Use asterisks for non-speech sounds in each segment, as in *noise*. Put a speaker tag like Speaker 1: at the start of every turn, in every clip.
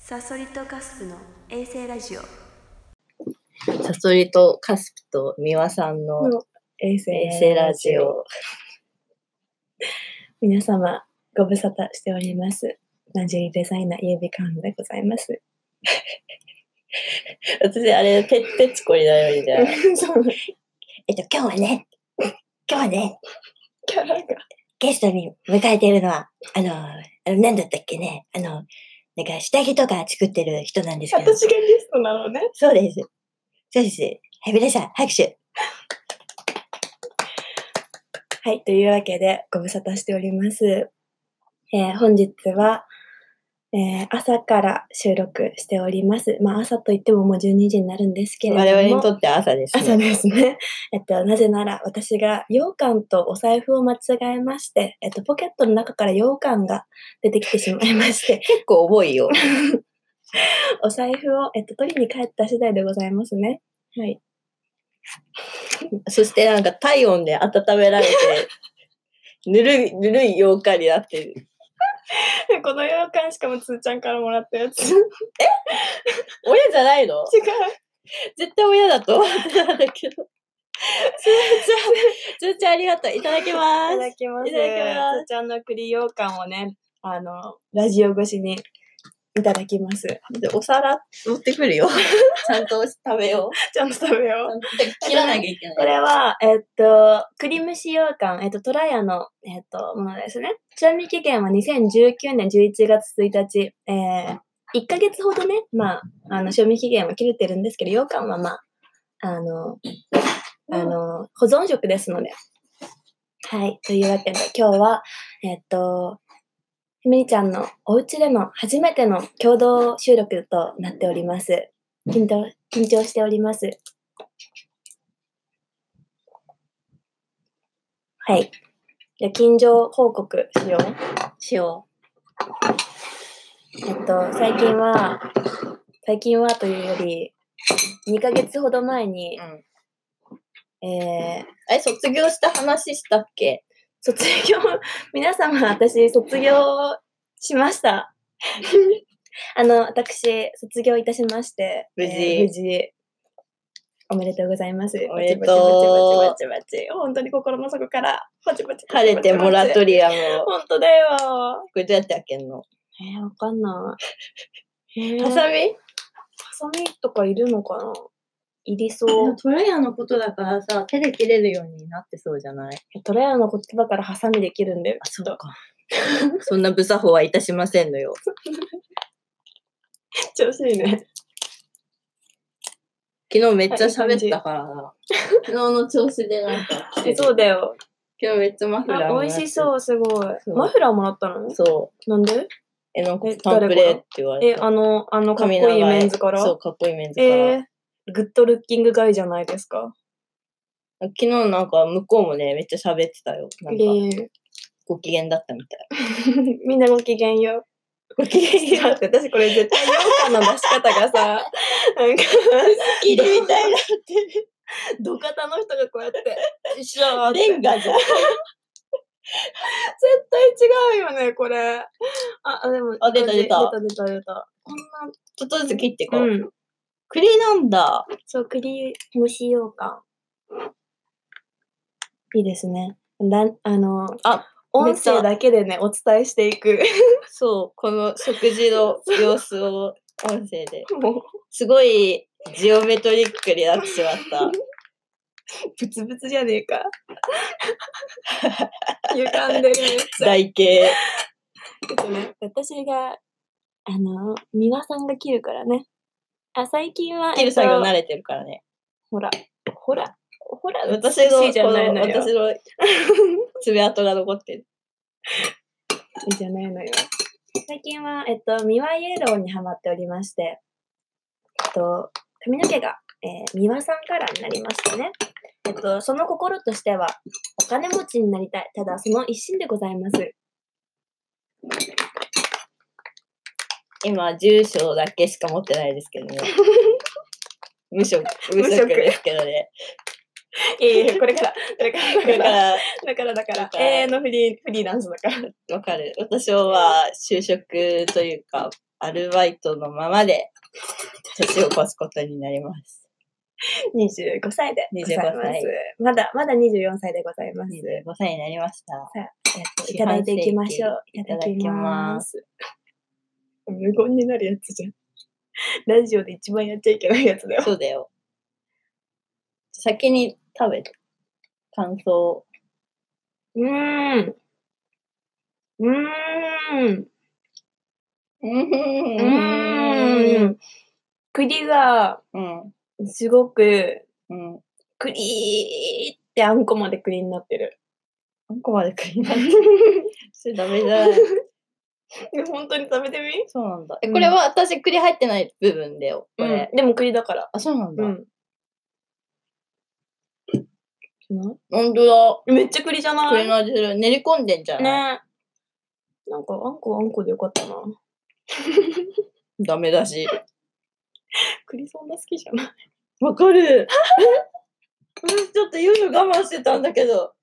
Speaker 1: サソリとカスプの衛星ラジオ
Speaker 2: サソリとカスプとミワさんの
Speaker 3: 衛星
Speaker 2: 衛星ラジオ。
Speaker 3: 皆様、ご無沙汰しております。ランジェリーデザイナー、ゆうびかんでございます。
Speaker 2: 私、あれ、て、てつこになるみたいな。
Speaker 3: そう、
Speaker 2: えっと、今日はね、今日はね、
Speaker 3: キャラが。
Speaker 2: ゲストに迎えているのは、あの、あの、なんだったっけね、あの、なんか下着とか作ってる人なんですけど。
Speaker 3: 私がゲストなのね。
Speaker 2: そうです。そうです。はい、皆さん、拍手。
Speaker 3: はい、というわけで、ご無沙汰しております。えー本日は、えー朝から収録しております。まあ、朝といってももう12時になるんですけれども。
Speaker 2: っては朝で
Speaker 3: 朝ですね。 *laughs* えっと、なぜなら私が羊羹とお財布を間違えまして、えっと、ポケットの中から羊羹が出てきてしまいま *laughs* して、
Speaker 2: 結構重いよ。
Speaker 3: お財布を、えっと、取りに帰った次第でございますね。はい。
Speaker 2: そしてなんか体温で温められて、ぬるい、ぬるい洋館になってる。
Speaker 3: *laughs* この羊羹しかもつーちゃんからもらったや *laughs* つ。違う。
Speaker 2: 親じゃないの絶対親だと思ってたんだけど。つーちゃん、つーちゃんありがとう。いただきま
Speaker 3: いただ
Speaker 2: す。
Speaker 3: きます。
Speaker 2: いただきます
Speaker 3: つーちゃんの栗羊羹をね、あの、ラジオ越しにいただきます。
Speaker 2: でお皿持ってくるよ。 *laughs* ちゃんと食べ *laughs* よう。
Speaker 3: ちゃんと食べよう。
Speaker 2: 切らなきゃいけ
Speaker 3: こ
Speaker 2: ない。
Speaker 3: れは、えっと、栗蒸し羊羹、えっと、トラヤの、えっと、ものですね。賞味期限は2019年11月1日。えー、1ヶ月ほどね、まあ、あの、賞味期限は切れてるんですけど、羊羹はまあ、あの、あの、保存食ですので。はい。というわけで、今日は、えっと、ひめりちゃんのお家での初めての共同収録となっております。緊張、緊張しております。はい。じゃあ近所報告しよう。
Speaker 2: しよ
Speaker 3: えっと、最近は、最近はというより、2ヶ月ほど前に
Speaker 2: う。、ん。
Speaker 3: えー、
Speaker 2: え、卒業した話したっけ
Speaker 3: 卒業、 *laughs* 皆様、私、卒業しました。 *laughs* あの、私、卒業いたしまして、
Speaker 2: 無事
Speaker 3: 無事、おめでとうございます。
Speaker 2: おめでとう
Speaker 3: バチバチバチバチバチバチ。本当に心の底から、バチバチバチバチ
Speaker 2: 晴れてモラトリアムを。
Speaker 3: 本当だよ。
Speaker 2: これどうやって開けんの
Speaker 3: えー、わかんない。えー
Speaker 2: ハサミ
Speaker 3: ハサミとかいるのかない
Speaker 2: *laughs*
Speaker 3: りそう。
Speaker 2: トライアのことだからさ、手で切れるようになってそうじゃない
Speaker 3: トライアルのことだからハサミできるんだよ。
Speaker 2: あ、
Speaker 3: き
Speaker 2: そ
Speaker 3: っと
Speaker 2: うか。 *laughs* そんな無作法はいたしませんのよ。
Speaker 3: 調子い
Speaker 2: *laughs*
Speaker 3: いね。
Speaker 2: 昨日めっちゃ喋ったからな。昨日の調子でなんか。
Speaker 3: そうだよ。
Speaker 2: 今日めっちゃマフラーもら
Speaker 3: あ美
Speaker 2: って
Speaker 3: 味しそう、すごい
Speaker 2: そ。う
Speaker 3: マフラーもらったの
Speaker 2: そう。
Speaker 3: なんで
Speaker 2: え、なんか
Speaker 3: え
Speaker 2: パンプレーって言われ
Speaker 3: え、
Speaker 2: て。
Speaker 3: あの、あの、かっこいい
Speaker 2: 髪長
Speaker 3: メンズから。
Speaker 2: そう、かっこいいメンズから。
Speaker 3: えー、グッドルッキングガイじゃないですか。
Speaker 2: 昨日なんか向こうもね、めっちゃ喋ってたよ。な
Speaker 3: え *laughs*
Speaker 2: んか
Speaker 3: ー、
Speaker 2: ご機嫌だったみたい。
Speaker 3: みんなごきげんよう。
Speaker 2: ご機
Speaker 3: ちょっと待って私これ絶対羊羹の出し方
Speaker 2: *laughs*
Speaker 3: がさ、なんか、
Speaker 2: 切りみたいになって *laughs* る。
Speaker 3: *laughs* 土方の人がこうやって、一緒って
Speaker 2: レンガじゃん。
Speaker 3: 絶対違うよね、これ。あ、あでも、
Speaker 2: あ出た出た
Speaker 3: 出た出た出た。こん
Speaker 2: ちょっとずつ切ってこ
Speaker 3: な、
Speaker 2: う。
Speaker 3: うん。
Speaker 2: 栗なんだ。
Speaker 3: そう、栗蒸しようか。いいですね。だあの、
Speaker 2: あ、
Speaker 3: 音声だけでね、お伝えしていく。 *laughs*
Speaker 2: そう、この食事の様子を音声で。
Speaker 3: もう、
Speaker 2: すごいジオメトリックになってしまった。
Speaker 3: *laughs* ブツブツじゃねえ *laughs* か。歪んでる、めっちゃ。
Speaker 2: 台形。
Speaker 3: ちょっとね、私が、あの、美輪さんが切るからね。あ、最近は、
Speaker 2: 切る作業
Speaker 3: え
Speaker 2: 慣
Speaker 3: っ
Speaker 2: れてるからね。
Speaker 3: とほら、ほら、ほら、
Speaker 2: 私の、
Speaker 3: 美しいじゃ
Speaker 2: こ
Speaker 3: ない
Speaker 2: の、
Speaker 3: のよ
Speaker 2: 私の *laughs* 爪痕が残ってる。
Speaker 3: いいじゃないのよ。最近は、えっと、ミワイエローにハマっておりまして、えっと、髪の毛が、えー、ミワさんカラーになりましてね。えっと、その心としては、お金持ちになりたい。ただ、その一心でござ *laughs* います。
Speaker 2: 今、住所だけしか持ってないですけ
Speaker 3: *laughs*
Speaker 2: どね。無職、無
Speaker 3: 無
Speaker 2: 職
Speaker 3: 職
Speaker 2: ですけどね。
Speaker 3: いやいや、これから、これから、
Speaker 2: だから、だ
Speaker 3: だから、だ
Speaker 2: から
Speaker 3: のフリー、フリーランスだから。
Speaker 2: わかる。私は就職というか、アルバイトのままで、年を越すことになります。
Speaker 3: 25歳でございます
Speaker 2: 25歳
Speaker 3: まだ、まだ24歳でございます。
Speaker 2: 25歳になりました。
Speaker 3: えっといただいていきましょう。。
Speaker 2: いただきます
Speaker 3: 無言になるやつじゃん。ラジオで一番やっちゃいけないやつだよ。
Speaker 2: そうだよ。先に食べて、感想を
Speaker 3: うーん。うーん。
Speaker 2: う
Speaker 3: うーん。栗が、
Speaker 2: うん。
Speaker 3: すごく、
Speaker 2: うん。
Speaker 3: 栗ってあんこまで栗になってる。
Speaker 2: あんこまで食いなって。それダメじゃない。
Speaker 3: 本当に食べてみ
Speaker 2: そうなんだ。
Speaker 3: う
Speaker 2: え、
Speaker 3: ん
Speaker 2: これは私、栗入ってない部分だよ。これ。
Speaker 3: うんでも栗だから。
Speaker 2: あ、そうなんだ。
Speaker 3: うん。
Speaker 2: ほんと
Speaker 3: めっちゃ栗じゃ
Speaker 2: だ。
Speaker 3: ない
Speaker 2: 栗の味する。練り込んでんじゃない、
Speaker 3: ねなんか、あんこはあんこでよかったな。
Speaker 2: ダメだし。
Speaker 3: 栗そんな好きじゃない。
Speaker 2: わかる。私ちょっと言うの我慢してたんだけど。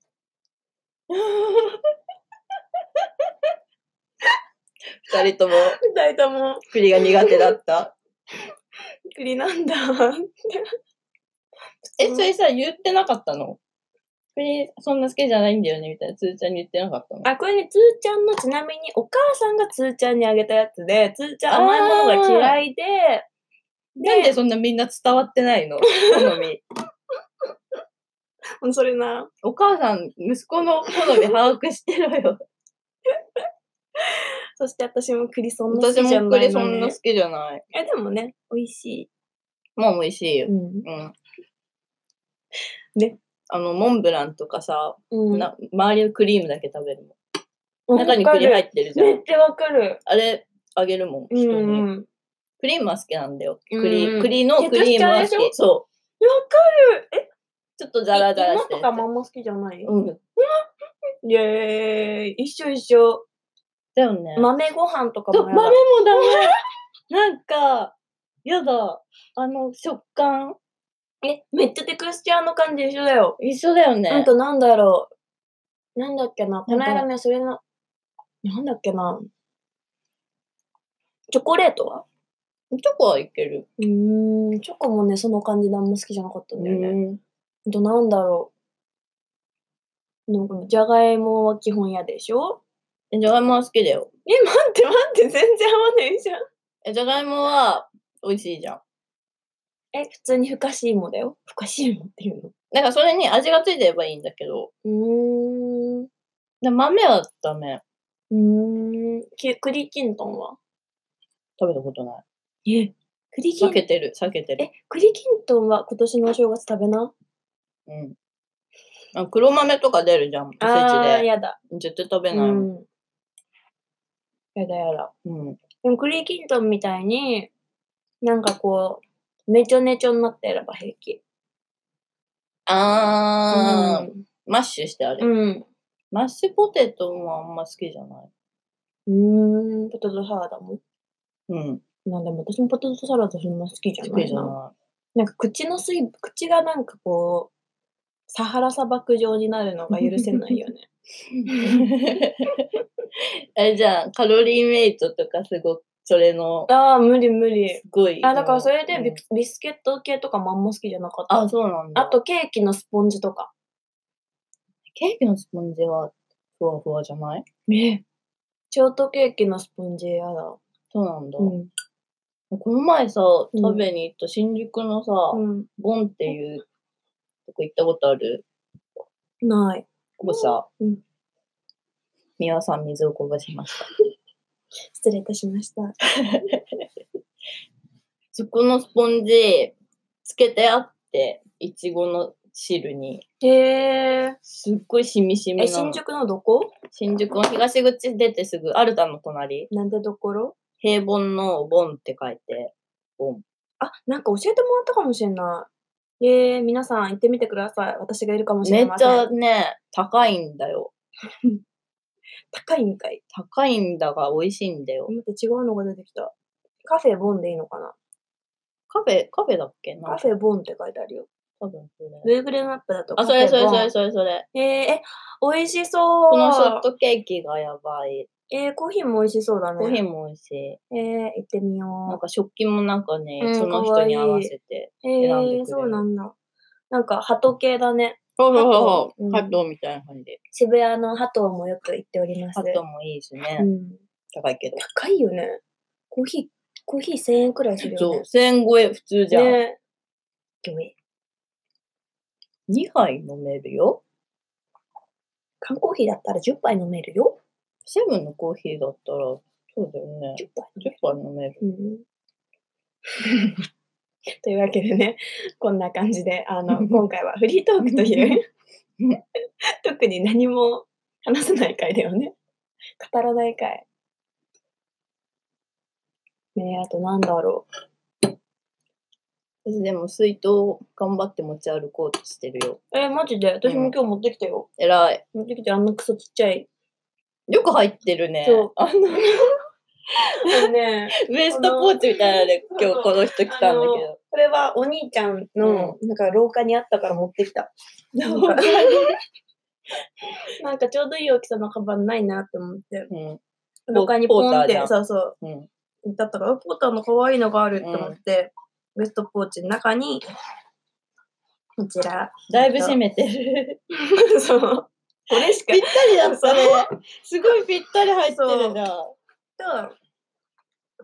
Speaker 2: 二人とも
Speaker 3: 二人とも
Speaker 2: 栗が苦手だった。
Speaker 3: 栗なんだ。
Speaker 2: え、それさ、言ってなかったの栗、そんな好きじゃないんだよねみたいな、つーちゃんに言ってなかったの
Speaker 3: *laughs* あ、これね、つーちゃんのちなみにお母さんがつーちゃんにあげたやつで、つーちゃん甘いものが嫌いで、
Speaker 2: なんでそんなみんな伝わって *laughs* ないの好み。
Speaker 3: うんそれな。
Speaker 2: お母さん、息子の好み把握してろ *laughs* よ。
Speaker 3: そして私も栗そんな好
Speaker 2: 私
Speaker 3: きじゃ
Speaker 2: も
Speaker 3: ない
Speaker 2: 栗
Speaker 3: の
Speaker 2: そ
Speaker 3: に
Speaker 2: んな好きじゃない。
Speaker 3: え、でもね、美味し
Speaker 2: まあ美味しい
Speaker 3: い。
Speaker 2: よ。
Speaker 3: ん。
Speaker 2: うん。
Speaker 3: ね。
Speaker 2: あの、モンブランとかさ、
Speaker 3: うん。
Speaker 2: な周りのクリームだけ食べるもん。中に
Speaker 3: わかる
Speaker 2: 栗入ってるじゃ
Speaker 3: め
Speaker 2: ん
Speaker 3: っ。ちゃわかる。
Speaker 2: あれ、あげるもん、人に。
Speaker 3: うん。わ
Speaker 2: クリームは好きなんだよ。
Speaker 3: うん
Speaker 2: 栗、
Speaker 3: うん
Speaker 2: 栗のクリームは
Speaker 3: テクスチャー
Speaker 2: 好き。そ
Speaker 3: かる。え、
Speaker 2: う。ちょっとザラザラ
Speaker 3: 芋
Speaker 2: して
Speaker 3: と
Speaker 2: る。
Speaker 3: かもあんま好きじゃない
Speaker 2: うん。
Speaker 3: イェーイ。一緒一緒。
Speaker 2: だよね。
Speaker 3: 豆ご飯とか
Speaker 2: そう
Speaker 3: も
Speaker 2: 豆
Speaker 3: やだ
Speaker 2: もダメ。 *laughs* なんか、やだ。あの、食感、
Speaker 3: え、めっちゃテクスチャーの感じ一緒だよ。
Speaker 2: 一緒だよ
Speaker 3: あ
Speaker 2: ね。
Speaker 3: となんだろう。なんだっけな。この
Speaker 2: なん
Speaker 3: 間
Speaker 2: か
Speaker 3: ね、それの、なんだっけな。チョコレートは
Speaker 2: チョコはいける。
Speaker 3: うーん、チョコもね、その感じであんま好きじゃなかったんだよね。
Speaker 2: うん
Speaker 3: あとなんだろう。なんか、じゃがいもは基本嫌でしょ
Speaker 2: えじゃがいもは好きだよ。
Speaker 3: え、待って待って、全然合わないじゃん。
Speaker 2: えじゃがいもは美味しいじゃん。
Speaker 3: え、普通にふかし芋だよ。ふかし芋っていう
Speaker 2: だからそれに味がついてればいいんだけど。
Speaker 3: の。う
Speaker 2: で豆はダメ。
Speaker 3: ーん。うーん。き栗きんとんは
Speaker 2: 食べたことない。
Speaker 3: え、栗きん
Speaker 2: 避けてる、避けてる。
Speaker 3: え、栗きんとんは今年のお正月食べな
Speaker 2: うん。あ黒豆とか出るじゃん、おせ
Speaker 3: あー
Speaker 2: ちで。
Speaker 3: やだ。
Speaker 2: 絶対食べ
Speaker 3: う
Speaker 2: ないもん。
Speaker 3: ん。やだやだ。
Speaker 2: うん。
Speaker 3: でも栗きんとんみたいに、なんかこう、ねちょねちょになってれば平気。
Speaker 2: あー、マッシュしてあ
Speaker 3: う
Speaker 2: る。
Speaker 3: ん。
Speaker 2: マッシュポテトもあんま好きじゃない。
Speaker 3: うん。うーん。ポテトサラダも。
Speaker 2: うん。
Speaker 3: なんでも私もポテトサラダそんな好きじゃ
Speaker 2: 好
Speaker 3: な
Speaker 2: き
Speaker 3: い
Speaker 2: じゃ
Speaker 3: な。
Speaker 2: な
Speaker 3: なんか口の水分、口がなんかこう、サハラ砂漠状になるのが許せないよ
Speaker 2: *laughs*
Speaker 3: ね。
Speaker 2: い。 *laughs* え、じゃあ、カロリーメイトとかすごく、それの、
Speaker 3: ああ、無理無理
Speaker 2: す。ごい。
Speaker 3: あ、だからそれで
Speaker 2: うん
Speaker 3: ビ,、ビスケット系とかもあんま好きじゃなかった。
Speaker 2: あ、そうなんだ。
Speaker 3: あ、とケーキのスポンジとか。
Speaker 2: ケーキのスポンジは、ふわふわじゃない
Speaker 3: ねショートケーキのスポンジやだ。
Speaker 2: そうなんだ。
Speaker 3: うん。
Speaker 2: この前さ、
Speaker 3: ん
Speaker 2: 食べに行った新宿のさ、
Speaker 3: うん。
Speaker 2: ボンっていうとこ行ったことある
Speaker 3: ない。
Speaker 2: ここさ、
Speaker 3: うん
Speaker 2: 宮さん水をこぼしました。
Speaker 3: 失礼いたしました。
Speaker 2: そこのスポンジ、つけてあって、いちごの汁に、
Speaker 3: へえ。
Speaker 2: すっごいしみしみな
Speaker 3: え、
Speaker 2: の。
Speaker 3: 新宿のどこ
Speaker 2: 新宿の東口出てすぐ、アルタの隣、
Speaker 3: なんでどころ
Speaker 2: 平凡のボンって書いて、ボン。
Speaker 3: あ、なんか教えてもらったかもしれない。えー、皆さん行ってみてください。私がいるかもし
Speaker 2: め
Speaker 3: れ
Speaker 2: っ
Speaker 3: ま
Speaker 2: ち
Speaker 3: せん。
Speaker 2: ゃね、高いんだよ。
Speaker 3: 高いんかい。
Speaker 2: 高いんだが美味しいんだよ。
Speaker 3: 待って、違うのが出てきた。カフェボンでいいのかな
Speaker 2: カフェ、カフェだっけな
Speaker 3: カフェボンって書いてあるよ。
Speaker 2: 多分それ。
Speaker 3: Google マップだと
Speaker 2: あ、それそれそ
Speaker 3: カフェボン
Speaker 2: れそれそれ。
Speaker 3: えー、え、美味しそう。
Speaker 2: このショートケーキがやばい。
Speaker 3: えー、コーヒーも美味しそうだね。
Speaker 2: コーヒーも美味しい。
Speaker 3: えー、行ってみ
Speaker 2: なん
Speaker 3: よ
Speaker 2: か食器もなんかね、
Speaker 3: うん
Speaker 2: その人に合わせて。
Speaker 3: う。
Speaker 2: 選ん
Speaker 3: え
Speaker 2: でくれ
Speaker 3: ー、
Speaker 2: る
Speaker 3: そうなんだ。なんか、鳩系だね。
Speaker 2: そうそうそ
Speaker 3: うん
Speaker 2: う。ハトみたいな感じで。
Speaker 3: 渋谷の鳩もよく行っております。
Speaker 2: ハトもいいし
Speaker 3: う
Speaker 2: ね。
Speaker 3: ん。
Speaker 2: 高いけど。
Speaker 3: 高いよね。コーヒー、コーヒー1000円くらいするよ
Speaker 2: そう
Speaker 3: ね。、
Speaker 2: 1000超え普通じゃん。
Speaker 3: ね。ギョい。
Speaker 2: 2杯飲めるよ。
Speaker 3: 缶コーヒーだったら10杯飲めるよ。
Speaker 2: セブンのコーヒーだったら、そうだよね。
Speaker 3: 10杯。
Speaker 2: 10杯飲める。
Speaker 3: うん、 *laughs* というわけでね、こんな感じで、あの、今回はフリートークという
Speaker 2: う、
Speaker 3: *laughs* 特に何も話さない回だよね。語らない回。ねえ、あとなんだろ
Speaker 2: 私でも水筒頑張って持ち歩こうとしてるよ。
Speaker 3: う。え、マジで私も今日持ってきたよ。
Speaker 2: 偉い。
Speaker 3: 持ってきて、あんなクソちっちゃい。
Speaker 2: よく入ってるね。
Speaker 3: そう
Speaker 2: あの、
Speaker 3: ね
Speaker 2: ウエストポーチみたいなので今日この人来たんだ
Speaker 3: これはお兄ちゃんの、なんか廊下にあったから持ってきた。
Speaker 2: けど。
Speaker 3: なんか *laughs* なんかちょうどいい大きさのカバンないなって思って。
Speaker 2: うん。
Speaker 3: 廊下にポンっ
Speaker 2: ポーターじゃ
Speaker 3: て
Speaker 2: ん、
Speaker 3: そうそう、
Speaker 2: うん。
Speaker 3: 行ったったから、ポーターの可愛いのがあるって思って、ウエストポーチの中に、こち
Speaker 2: *laughs*
Speaker 3: ら。
Speaker 2: だいぶ締めてる。
Speaker 3: そう。これしか
Speaker 2: ぴったりだったね。すごいぴったり入ってるじゃん。
Speaker 3: と、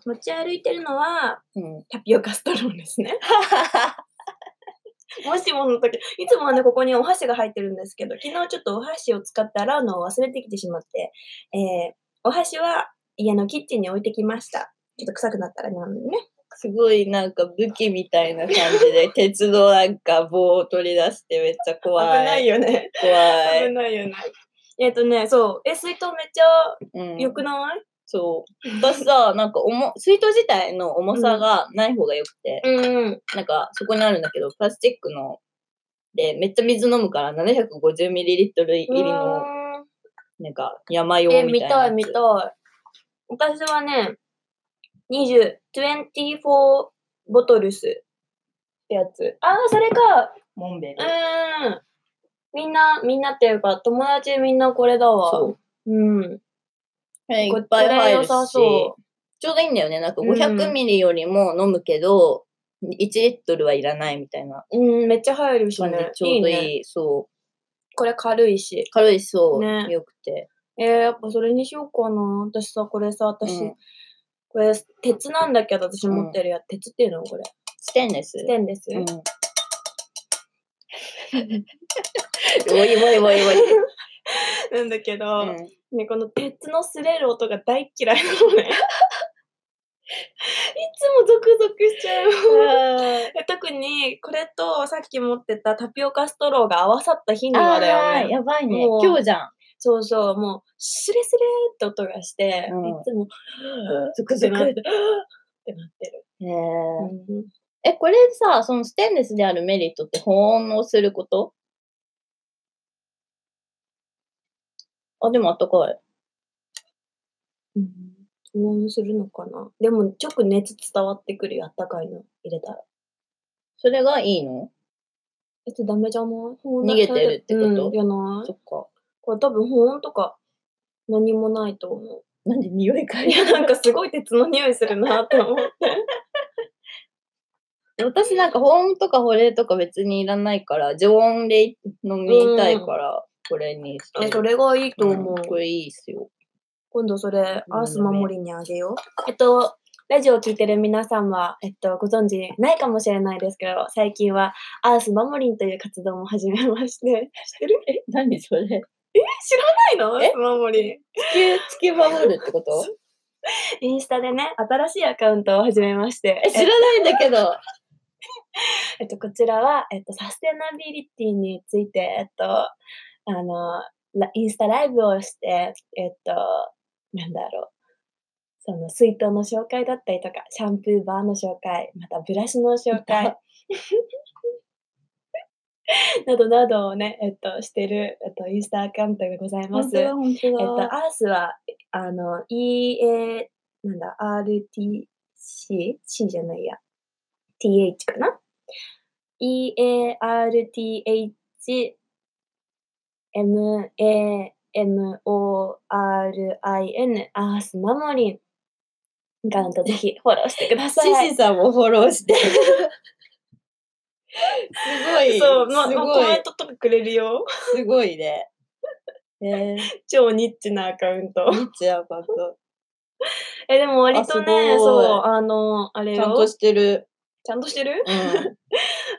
Speaker 3: 持ち歩いてるのは、
Speaker 2: うん。
Speaker 3: タピオカストローで
Speaker 2: *laughs*
Speaker 3: すね。もしもの時、いつもはね、ここにお箸が入ってるんですけど、昨日ちょっとお箸を使って洗うのを忘れてきてしまって、えー、お箸は家のキッチンに置いてきました。ちょっと臭くなったらなのでね。
Speaker 2: すごいなんか武器みたいな感じで、鉄のなんか棒を取り出してめっちゃ怖い。
Speaker 3: 危ないよね。
Speaker 2: 怖
Speaker 3: 危
Speaker 2: い。
Speaker 3: ないよね。えっとね、そう。え、水筒めっちゃ
Speaker 2: うん
Speaker 3: 良くない
Speaker 2: そう。私さ、なんか重、水筒自体の重さがない方が良くて、
Speaker 3: うんうん。
Speaker 2: なんかそこにあるんだけど、プラスチックの、で、めっちゃ水飲むから 750ml 入りの、なんか山用み
Speaker 3: え、
Speaker 2: たいなやつ。
Speaker 3: 見たい見たい。私はね、20、24ボトルスってやつ。ああ、それか。
Speaker 2: モンベル
Speaker 3: う。ーん。みんな、みんなっていうか、友達みんなこれだわ。。
Speaker 2: そう
Speaker 3: うん。
Speaker 2: これい
Speaker 3: こ
Speaker 2: っぱい入
Speaker 3: こ
Speaker 2: る
Speaker 3: れ
Speaker 2: し、
Speaker 3: 良さそ
Speaker 2: ちょうどいいんだよね。なんか
Speaker 3: うん
Speaker 2: 500ミリよりも飲むけど、1リットルはいらないみたいな
Speaker 3: う。うん、めっちゃ入るし
Speaker 2: 感じ
Speaker 3: ね。
Speaker 2: ちょうどいい。
Speaker 3: ね
Speaker 2: そう。
Speaker 3: これ軽いし。
Speaker 2: 軽いしそう、
Speaker 3: ね
Speaker 2: よくて。
Speaker 3: えー、やっぱそれにしようかな。私さ、これさ、私、
Speaker 2: うん
Speaker 3: これ、鉄なんだけど、私持ってるやつ、鉄っていうのこれ。
Speaker 2: ステンレス。
Speaker 3: ステンレス。
Speaker 2: うん。おいおいおいおい。
Speaker 3: なんだけ
Speaker 2: う
Speaker 3: ど、
Speaker 2: ん
Speaker 3: ね、この鉄の擦れる音が大嫌いな
Speaker 2: *laughs*
Speaker 3: のね。いつもゾクゾクしちゃう。で特に、これとさっき持ってたタピオカストローが合わさった日に
Speaker 2: あ
Speaker 3: は
Speaker 2: ー
Speaker 3: だよね。
Speaker 2: やばいね。
Speaker 3: もう
Speaker 2: 今日じゃん。
Speaker 3: そうそう、もう、スレスレって音がして、
Speaker 2: うん
Speaker 3: いつも、
Speaker 2: ゾ
Speaker 3: ク
Speaker 2: クゾ
Speaker 3: *laughs* ゾク
Speaker 2: ク。
Speaker 3: ってってなってる。
Speaker 2: ねええ、これさ、そのステンレスであるメリットって保温をすることあ、でもあったかい。
Speaker 3: うん保温するのかなでも直熱伝わってくるよ、あったかいの入れたら。
Speaker 2: それがいいの
Speaker 3: えっと、ダメじゃない保温
Speaker 2: 逃げてるってこと
Speaker 3: うんじゃない
Speaker 2: そっか。
Speaker 3: これ多分保温とか何もないと思
Speaker 2: なんで匂い嗅
Speaker 3: *laughs* う。いや、なんかすごい鉄の匂いするなって思って。
Speaker 2: 私なんか保温とか保冷とか別にいらないから、常温で飲みたいから、これにして
Speaker 3: え、
Speaker 2: る。
Speaker 3: それがいいと思う。
Speaker 2: んこれいいっすよ。
Speaker 3: 今度それ、
Speaker 2: うん
Speaker 3: アース守りにあげよう。えっと、ラジオを聞いてる皆さんは、えっと、ご存知ないかもしれないですけど、最近は、アース守りんという活動も始めまして。知ってるえ、
Speaker 2: 何それ
Speaker 3: 知らないのアース守りん。
Speaker 2: 地球、地球守るってこと
Speaker 3: インスタでね、新しいアカウントを始めまして、
Speaker 2: え、知らないんだけど。
Speaker 3: えっと、こちらは、えっと、サステナビリティについて、えっと、あの、ラインスタライブをして、えっと、なんだろう。その水筒の紹介だったりとか、シャンプーバーの紹介、またブラシの紹介。 *laughs* などなどをね、えっと、してる、えっと、インスタアカウントがございます。
Speaker 2: だ、本当
Speaker 3: えっと、アースは、あの、EA、なんだ、RTC? C じゃないや。TH かな ?EARTH MARTH M-O-R-I-N、アースマモリン。ガンとぜひフォローしてください。 *laughs*
Speaker 2: シシさんもフォローして。 *laughs* すごい。
Speaker 3: そう、まあ、
Speaker 2: す
Speaker 3: まあコ
Speaker 2: ご
Speaker 3: メン
Speaker 2: い。
Speaker 3: トとかくれるよ。
Speaker 2: すごいね。えー、 *laughs*
Speaker 3: 超ニッチなアカウント。
Speaker 2: ミッチアパート。
Speaker 3: *laughs* え、でも割とね、
Speaker 2: あすごい
Speaker 3: そう、あの、あれ
Speaker 2: ちゃん
Speaker 3: よ
Speaker 2: と。してる。
Speaker 3: ちゃんとしてる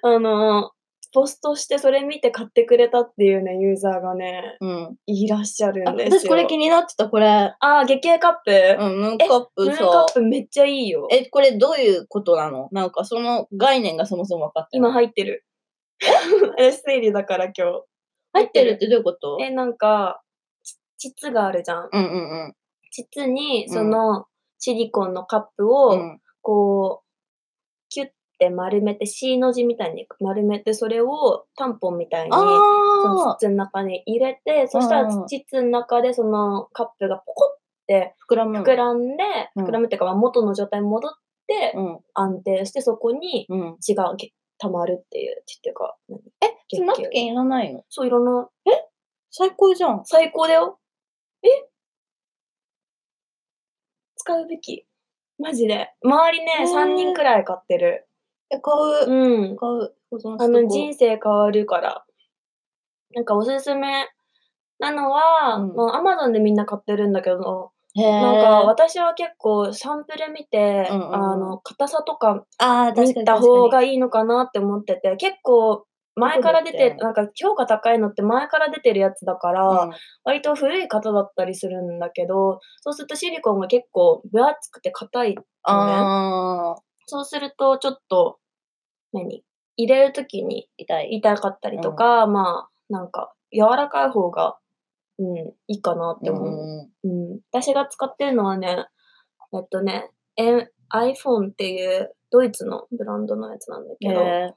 Speaker 2: うん。
Speaker 3: あの、ポストしてそれ見て買ってくれたっていうね、ユーザーがね、
Speaker 2: うん。
Speaker 3: いらっしゃる
Speaker 2: あ
Speaker 3: んです
Speaker 2: *laughs* 私
Speaker 3: よ。
Speaker 2: これ気になってた、これ。
Speaker 3: あー、月経カップ、
Speaker 2: うん、ムーンカッ
Speaker 3: ブル
Speaker 2: プ
Speaker 3: ーカ
Speaker 2: さ。
Speaker 3: ップめっちゃいいよ。
Speaker 2: え、これどういうことなのなんかその概念がそもそも分かってない。
Speaker 3: 今入ってる。 *laughs* 私生理だから今日。
Speaker 2: 入ってるってどういうこと
Speaker 3: え、なんか、ち膣があるじゃん。
Speaker 2: うんうん
Speaker 3: 膣に、
Speaker 2: うん
Speaker 3: その、シリコンのカップ
Speaker 2: う
Speaker 3: を、
Speaker 2: ん。うん
Speaker 3: こう、キュッて丸めて、C の字みたいに丸めて、それをタンポンみたいに、その
Speaker 2: ああ
Speaker 3: 膣の中に入れて、そした
Speaker 2: う
Speaker 3: ら
Speaker 2: ん
Speaker 3: 膣の中でそのカップがポコって
Speaker 2: 膨らむ。
Speaker 3: 膨らんで、
Speaker 2: うん
Speaker 3: 膨らむっていうか、まあ元の状態に戻って、
Speaker 2: うん。
Speaker 3: 安定して、そこに
Speaker 2: うん。
Speaker 3: 血がけ溜まるっていう、血っていうか、何
Speaker 2: え、そのナプ
Speaker 3: 月経
Speaker 2: キンいらないの
Speaker 3: そういろんな、
Speaker 2: 最高じゃん。
Speaker 3: 最高だよ。え使うべき。マジで。周りね、
Speaker 2: へー
Speaker 3: 3人くらい買ってる。
Speaker 2: え、買う。
Speaker 3: うん。
Speaker 2: 買う。保存しとこう
Speaker 3: あの、人生変わるから。なんかおすすめなのは、
Speaker 2: うん
Speaker 3: まあ、アマゾンでみんな買ってるんだけど、
Speaker 2: へー
Speaker 3: なんか私は結構サンプル見て、
Speaker 2: うんうん
Speaker 3: あの、硬さとか
Speaker 2: ああ、確か
Speaker 3: 見
Speaker 2: に。
Speaker 3: た方
Speaker 2: い
Speaker 3: がいいのかなって思ってて、結構前から出、
Speaker 2: どこだってけ
Speaker 3: なんか評価高いのって前から出てるやつだから、
Speaker 2: うん
Speaker 3: 割と古い型だったりするんだけど、そうするとシリコンが結構分厚くて硬い。
Speaker 2: ああ、
Speaker 3: そうするとちょっと、何入れるときに
Speaker 2: 痛い。
Speaker 3: 痛かったりとか、まあ、なんか柔らかい方が、うん、いいかなって
Speaker 2: で
Speaker 3: 思う。
Speaker 2: も、
Speaker 3: うん、私が使ってるのはね、えっとね、え iPhone っていうドイツのブランドのやつなんだ
Speaker 2: へ
Speaker 3: けど、
Speaker 2: え、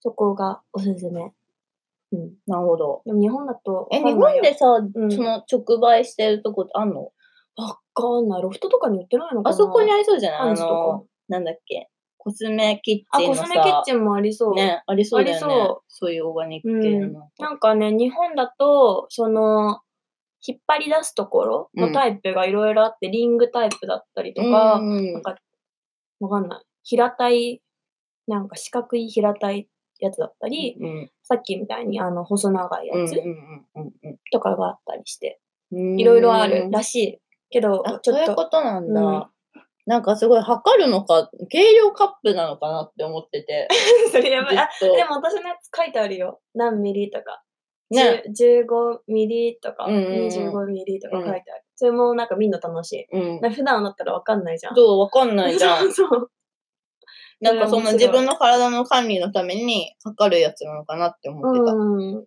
Speaker 3: そこがおすすめ。うん。
Speaker 2: なるほど。
Speaker 3: でも日本だと
Speaker 2: え、
Speaker 3: わか
Speaker 2: 日
Speaker 3: んない
Speaker 2: 本
Speaker 3: よ
Speaker 2: でさ、
Speaker 3: ん
Speaker 2: その直売してるとこってあんの
Speaker 3: わかんない。ロフトとかに売ってないのか
Speaker 2: あ
Speaker 3: な
Speaker 2: そこにありそうじゃない
Speaker 3: パ
Speaker 2: あ
Speaker 3: ンチとか
Speaker 2: の、なんだっけ、コスメキッ
Speaker 3: あ、
Speaker 2: チン
Speaker 3: コ
Speaker 2: の
Speaker 3: ス
Speaker 2: さ、
Speaker 3: メキッチンもありそう。
Speaker 2: ね、ありそうだよね。
Speaker 3: ありそう
Speaker 2: そういうオーガニック系の。
Speaker 3: なんかね、日本だと、その、引っ張り出すところのタイプがいろいろあって、リングタイプだったりとか、
Speaker 2: うんうん
Speaker 3: なんか、わかんない。平たい、なんか四角い平たいやつだったり、
Speaker 2: うんうん
Speaker 3: さっきみたいにあの、細長いやつ
Speaker 2: うんうんうん
Speaker 3: とかがあったりして、
Speaker 2: うん
Speaker 3: いろいろあるらしい。けど
Speaker 2: あ、、
Speaker 3: ち
Speaker 2: そう
Speaker 3: ょっ
Speaker 2: いう
Speaker 3: と、
Speaker 2: ことなんだ。
Speaker 3: うん
Speaker 2: なんかすごい測るのか、計量カップなのかなって思ってて。
Speaker 3: *laughs* それやばい。あ、
Speaker 2: ずっと
Speaker 3: でも私のやつ書いてあるよ。何ミリとか。
Speaker 2: ね
Speaker 3: 10 15ミリとか、
Speaker 2: うんうんうん
Speaker 3: 25ミリとか書いてある。それもなんか見んの楽しい。
Speaker 2: うん。
Speaker 3: な普段だったらわかんないじゃん。
Speaker 2: どうわかんないじゃん。
Speaker 3: *laughs* そうそう。
Speaker 2: なんかそ
Speaker 3: 面白
Speaker 2: の
Speaker 3: い
Speaker 2: 自分の体の管理のために測るやつなのかなって思ってた。
Speaker 3: うん。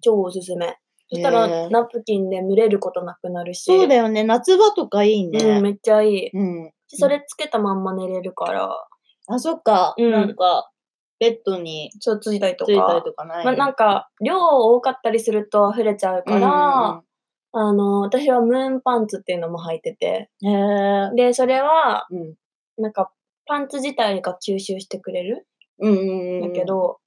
Speaker 3: 超おすすめ。そした
Speaker 2: へ
Speaker 3: ら、
Speaker 2: え
Speaker 3: ナプキンで蒸れることなくなるし。
Speaker 2: そうだよね。夏場とかいい
Speaker 3: うん、
Speaker 2: ね。
Speaker 3: めっちゃいい。
Speaker 2: うん。
Speaker 3: それつけたまんま寝れるから、
Speaker 2: あ、そっか。
Speaker 3: うん
Speaker 2: なんか、ベッドに
Speaker 3: ちょっとついたりと
Speaker 2: ついたり
Speaker 3: か。
Speaker 2: とかない。
Speaker 3: まあ、なんか、量多かったりすると溢れちゃうから、あの、私はムーンパンツっていうのも履いてて。
Speaker 2: うんうんうん、へえ。
Speaker 3: で、それは、
Speaker 2: うん。
Speaker 3: なんか、パンツ自体が吸収してくれる
Speaker 2: うんうんうんん。
Speaker 3: だけど、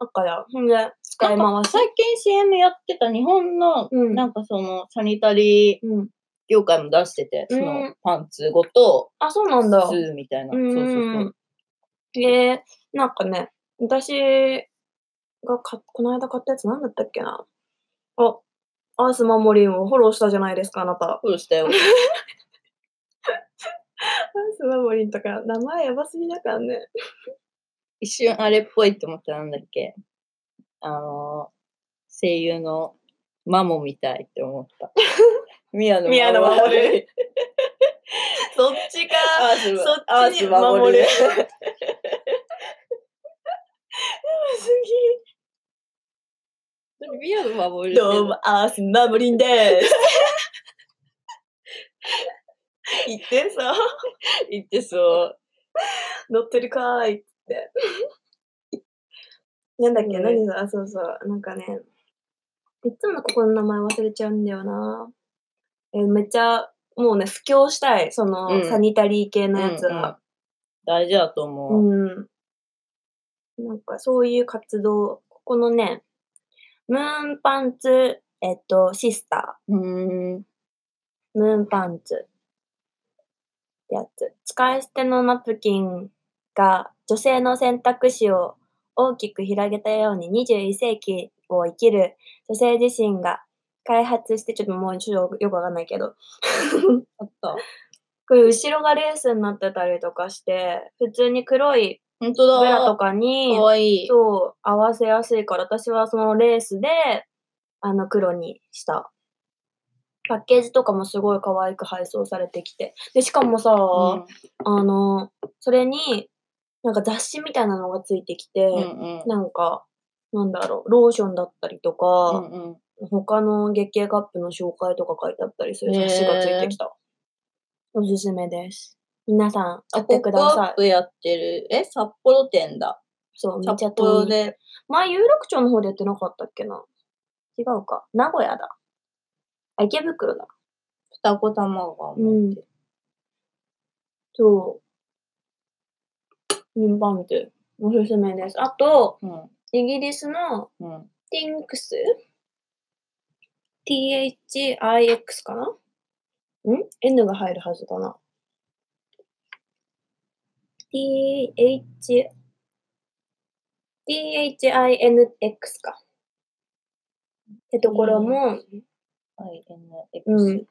Speaker 3: だから、ほんで、使い
Speaker 2: なん
Speaker 3: 回
Speaker 2: か
Speaker 3: し。
Speaker 2: 最近 CM やってた日本の、
Speaker 3: うん
Speaker 2: なんかそのサニタリー
Speaker 3: うん。
Speaker 2: 業界も出してて、
Speaker 3: うん
Speaker 2: そのパンツごと、
Speaker 3: あ、そうなんだ。
Speaker 2: スーみたいな。
Speaker 3: う
Speaker 2: そ
Speaker 3: ん
Speaker 2: う
Speaker 3: う
Speaker 2: そうん
Speaker 3: う
Speaker 2: そ
Speaker 3: ん。えー、なんかね、私がかこの間買ったやつなんだったっけな。あ、アースマモリンをフォローしたじゃないですか、あなた。アー
Speaker 2: う。そうしたよ。
Speaker 3: スマモリンとか、名前やばすぎだからね。
Speaker 2: 一瞬あれっぽいって思ったらなんだっけあのー、声優のマモみたいって思
Speaker 3: *laughs*
Speaker 2: った。宮野
Speaker 3: 宮野真守。そっちか。
Speaker 2: アース
Speaker 3: そっち
Speaker 2: アース
Speaker 3: 守
Speaker 2: 守る。
Speaker 3: す
Speaker 2: 宮野守
Speaker 3: ぎ。
Speaker 2: る。
Speaker 3: どうも、アースマモリン *laughs* です。言ってさ、
Speaker 2: 言ってそう。
Speaker 3: 乗ってるかーいって。なんだっけ、
Speaker 2: うん
Speaker 3: 何だ、あそうそう、なんかね、いつもここの名前忘れちゃうんだよな。えめっちゃ、もうね、布教したい、その、
Speaker 2: うん
Speaker 3: サニタリー系のやつ
Speaker 2: うんうん
Speaker 3: は。
Speaker 2: 大事だと
Speaker 3: う
Speaker 2: 思う。
Speaker 3: ん、なんか、そういう活動、ここのね、ムーンパンツ、ええっと、シスタ
Speaker 2: うーん。
Speaker 3: ー、ムーンパンツってやつ。使い捨てのナプキンが女性の選択肢を大きく広げたように21世紀を生きる女性自身が開発して、ちょっともうちょっとよくわかんないけど、
Speaker 2: ちょっと。
Speaker 3: これ後ろがレースになってたりとかして、普通に黒い
Speaker 2: 本当だ。
Speaker 3: ブラとかに
Speaker 2: か、わいい。
Speaker 3: そう、合わせやすいから、私はそのレースで、あの、黒にした。パッケージとかもすごい可愛く配送されてきて。で、しかもさ、あの、それに、なんか雑誌みたいなのがついてきて、
Speaker 2: うんうん
Speaker 3: なんか、なんだろう、ローションだったりと
Speaker 2: う
Speaker 3: か、
Speaker 2: んうん。
Speaker 3: 他の月経カップの紹介とか書いてあったりする雑誌がついてきた。おすすめです。皆さん、買
Speaker 2: あ、
Speaker 3: っ
Speaker 2: ポ
Speaker 3: て
Speaker 2: ッ
Speaker 3: く
Speaker 2: プ
Speaker 3: だ
Speaker 2: ア
Speaker 3: さ
Speaker 2: ッ
Speaker 3: い。
Speaker 2: プやってる。え、札幌店だ。
Speaker 3: そう、めっ
Speaker 2: 札
Speaker 3: ちゃ遠
Speaker 2: 幌
Speaker 3: い。
Speaker 2: で。
Speaker 3: 前、有楽町の方でやってなかったっけな違うか。名古屋だ。あ、池袋だ。
Speaker 2: 二子卵が
Speaker 3: う
Speaker 2: 思っ
Speaker 3: ん
Speaker 2: てる。。
Speaker 3: そう。ンパンツ。おすすめです。あと、
Speaker 2: うん。
Speaker 3: イギリスの
Speaker 2: うん。
Speaker 3: TINKS ?THIX かなん ?N が入るはずだな。TH、THINX か。ってところも、
Speaker 2: INX。
Speaker 3: うん。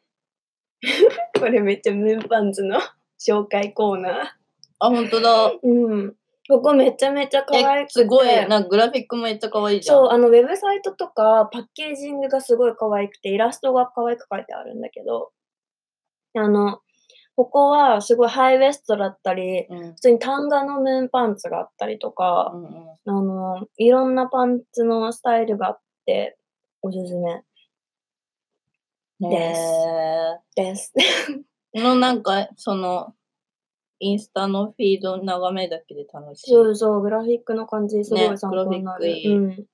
Speaker 3: これめっちゃムーンパンツの *laughs* 紹介コーナ
Speaker 2: あ、本当だ。
Speaker 3: ー。うん。ここめちゃめちゃ可愛
Speaker 2: え
Speaker 3: くて。
Speaker 2: すごい。なんかグラフィックめっちゃ可愛いじゃん。
Speaker 3: そう、あの、ウェブサイトとか、パッケージングがすごい可愛くて、イラストが可愛く書いてあるんだけど、あの、ここはすごいハイウエストだったり、
Speaker 2: うん。うん
Speaker 3: 普通にタンガのムーンパンツがあったりとか、
Speaker 2: うん。
Speaker 3: あの、いろんなパンツのスタイルがあって、おすすめです
Speaker 2: え
Speaker 3: です。
Speaker 2: ー、のなんか、その、インスタのフィード眺めだけで楽しい。
Speaker 3: そうそう、グラフィックの感じすご
Speaker 2: ね
Speaker 3: い参考にな
Speaker 2: グラ
Speaker 3: る
Speaker 2: フィッ。クいい
Speaker 3: うん、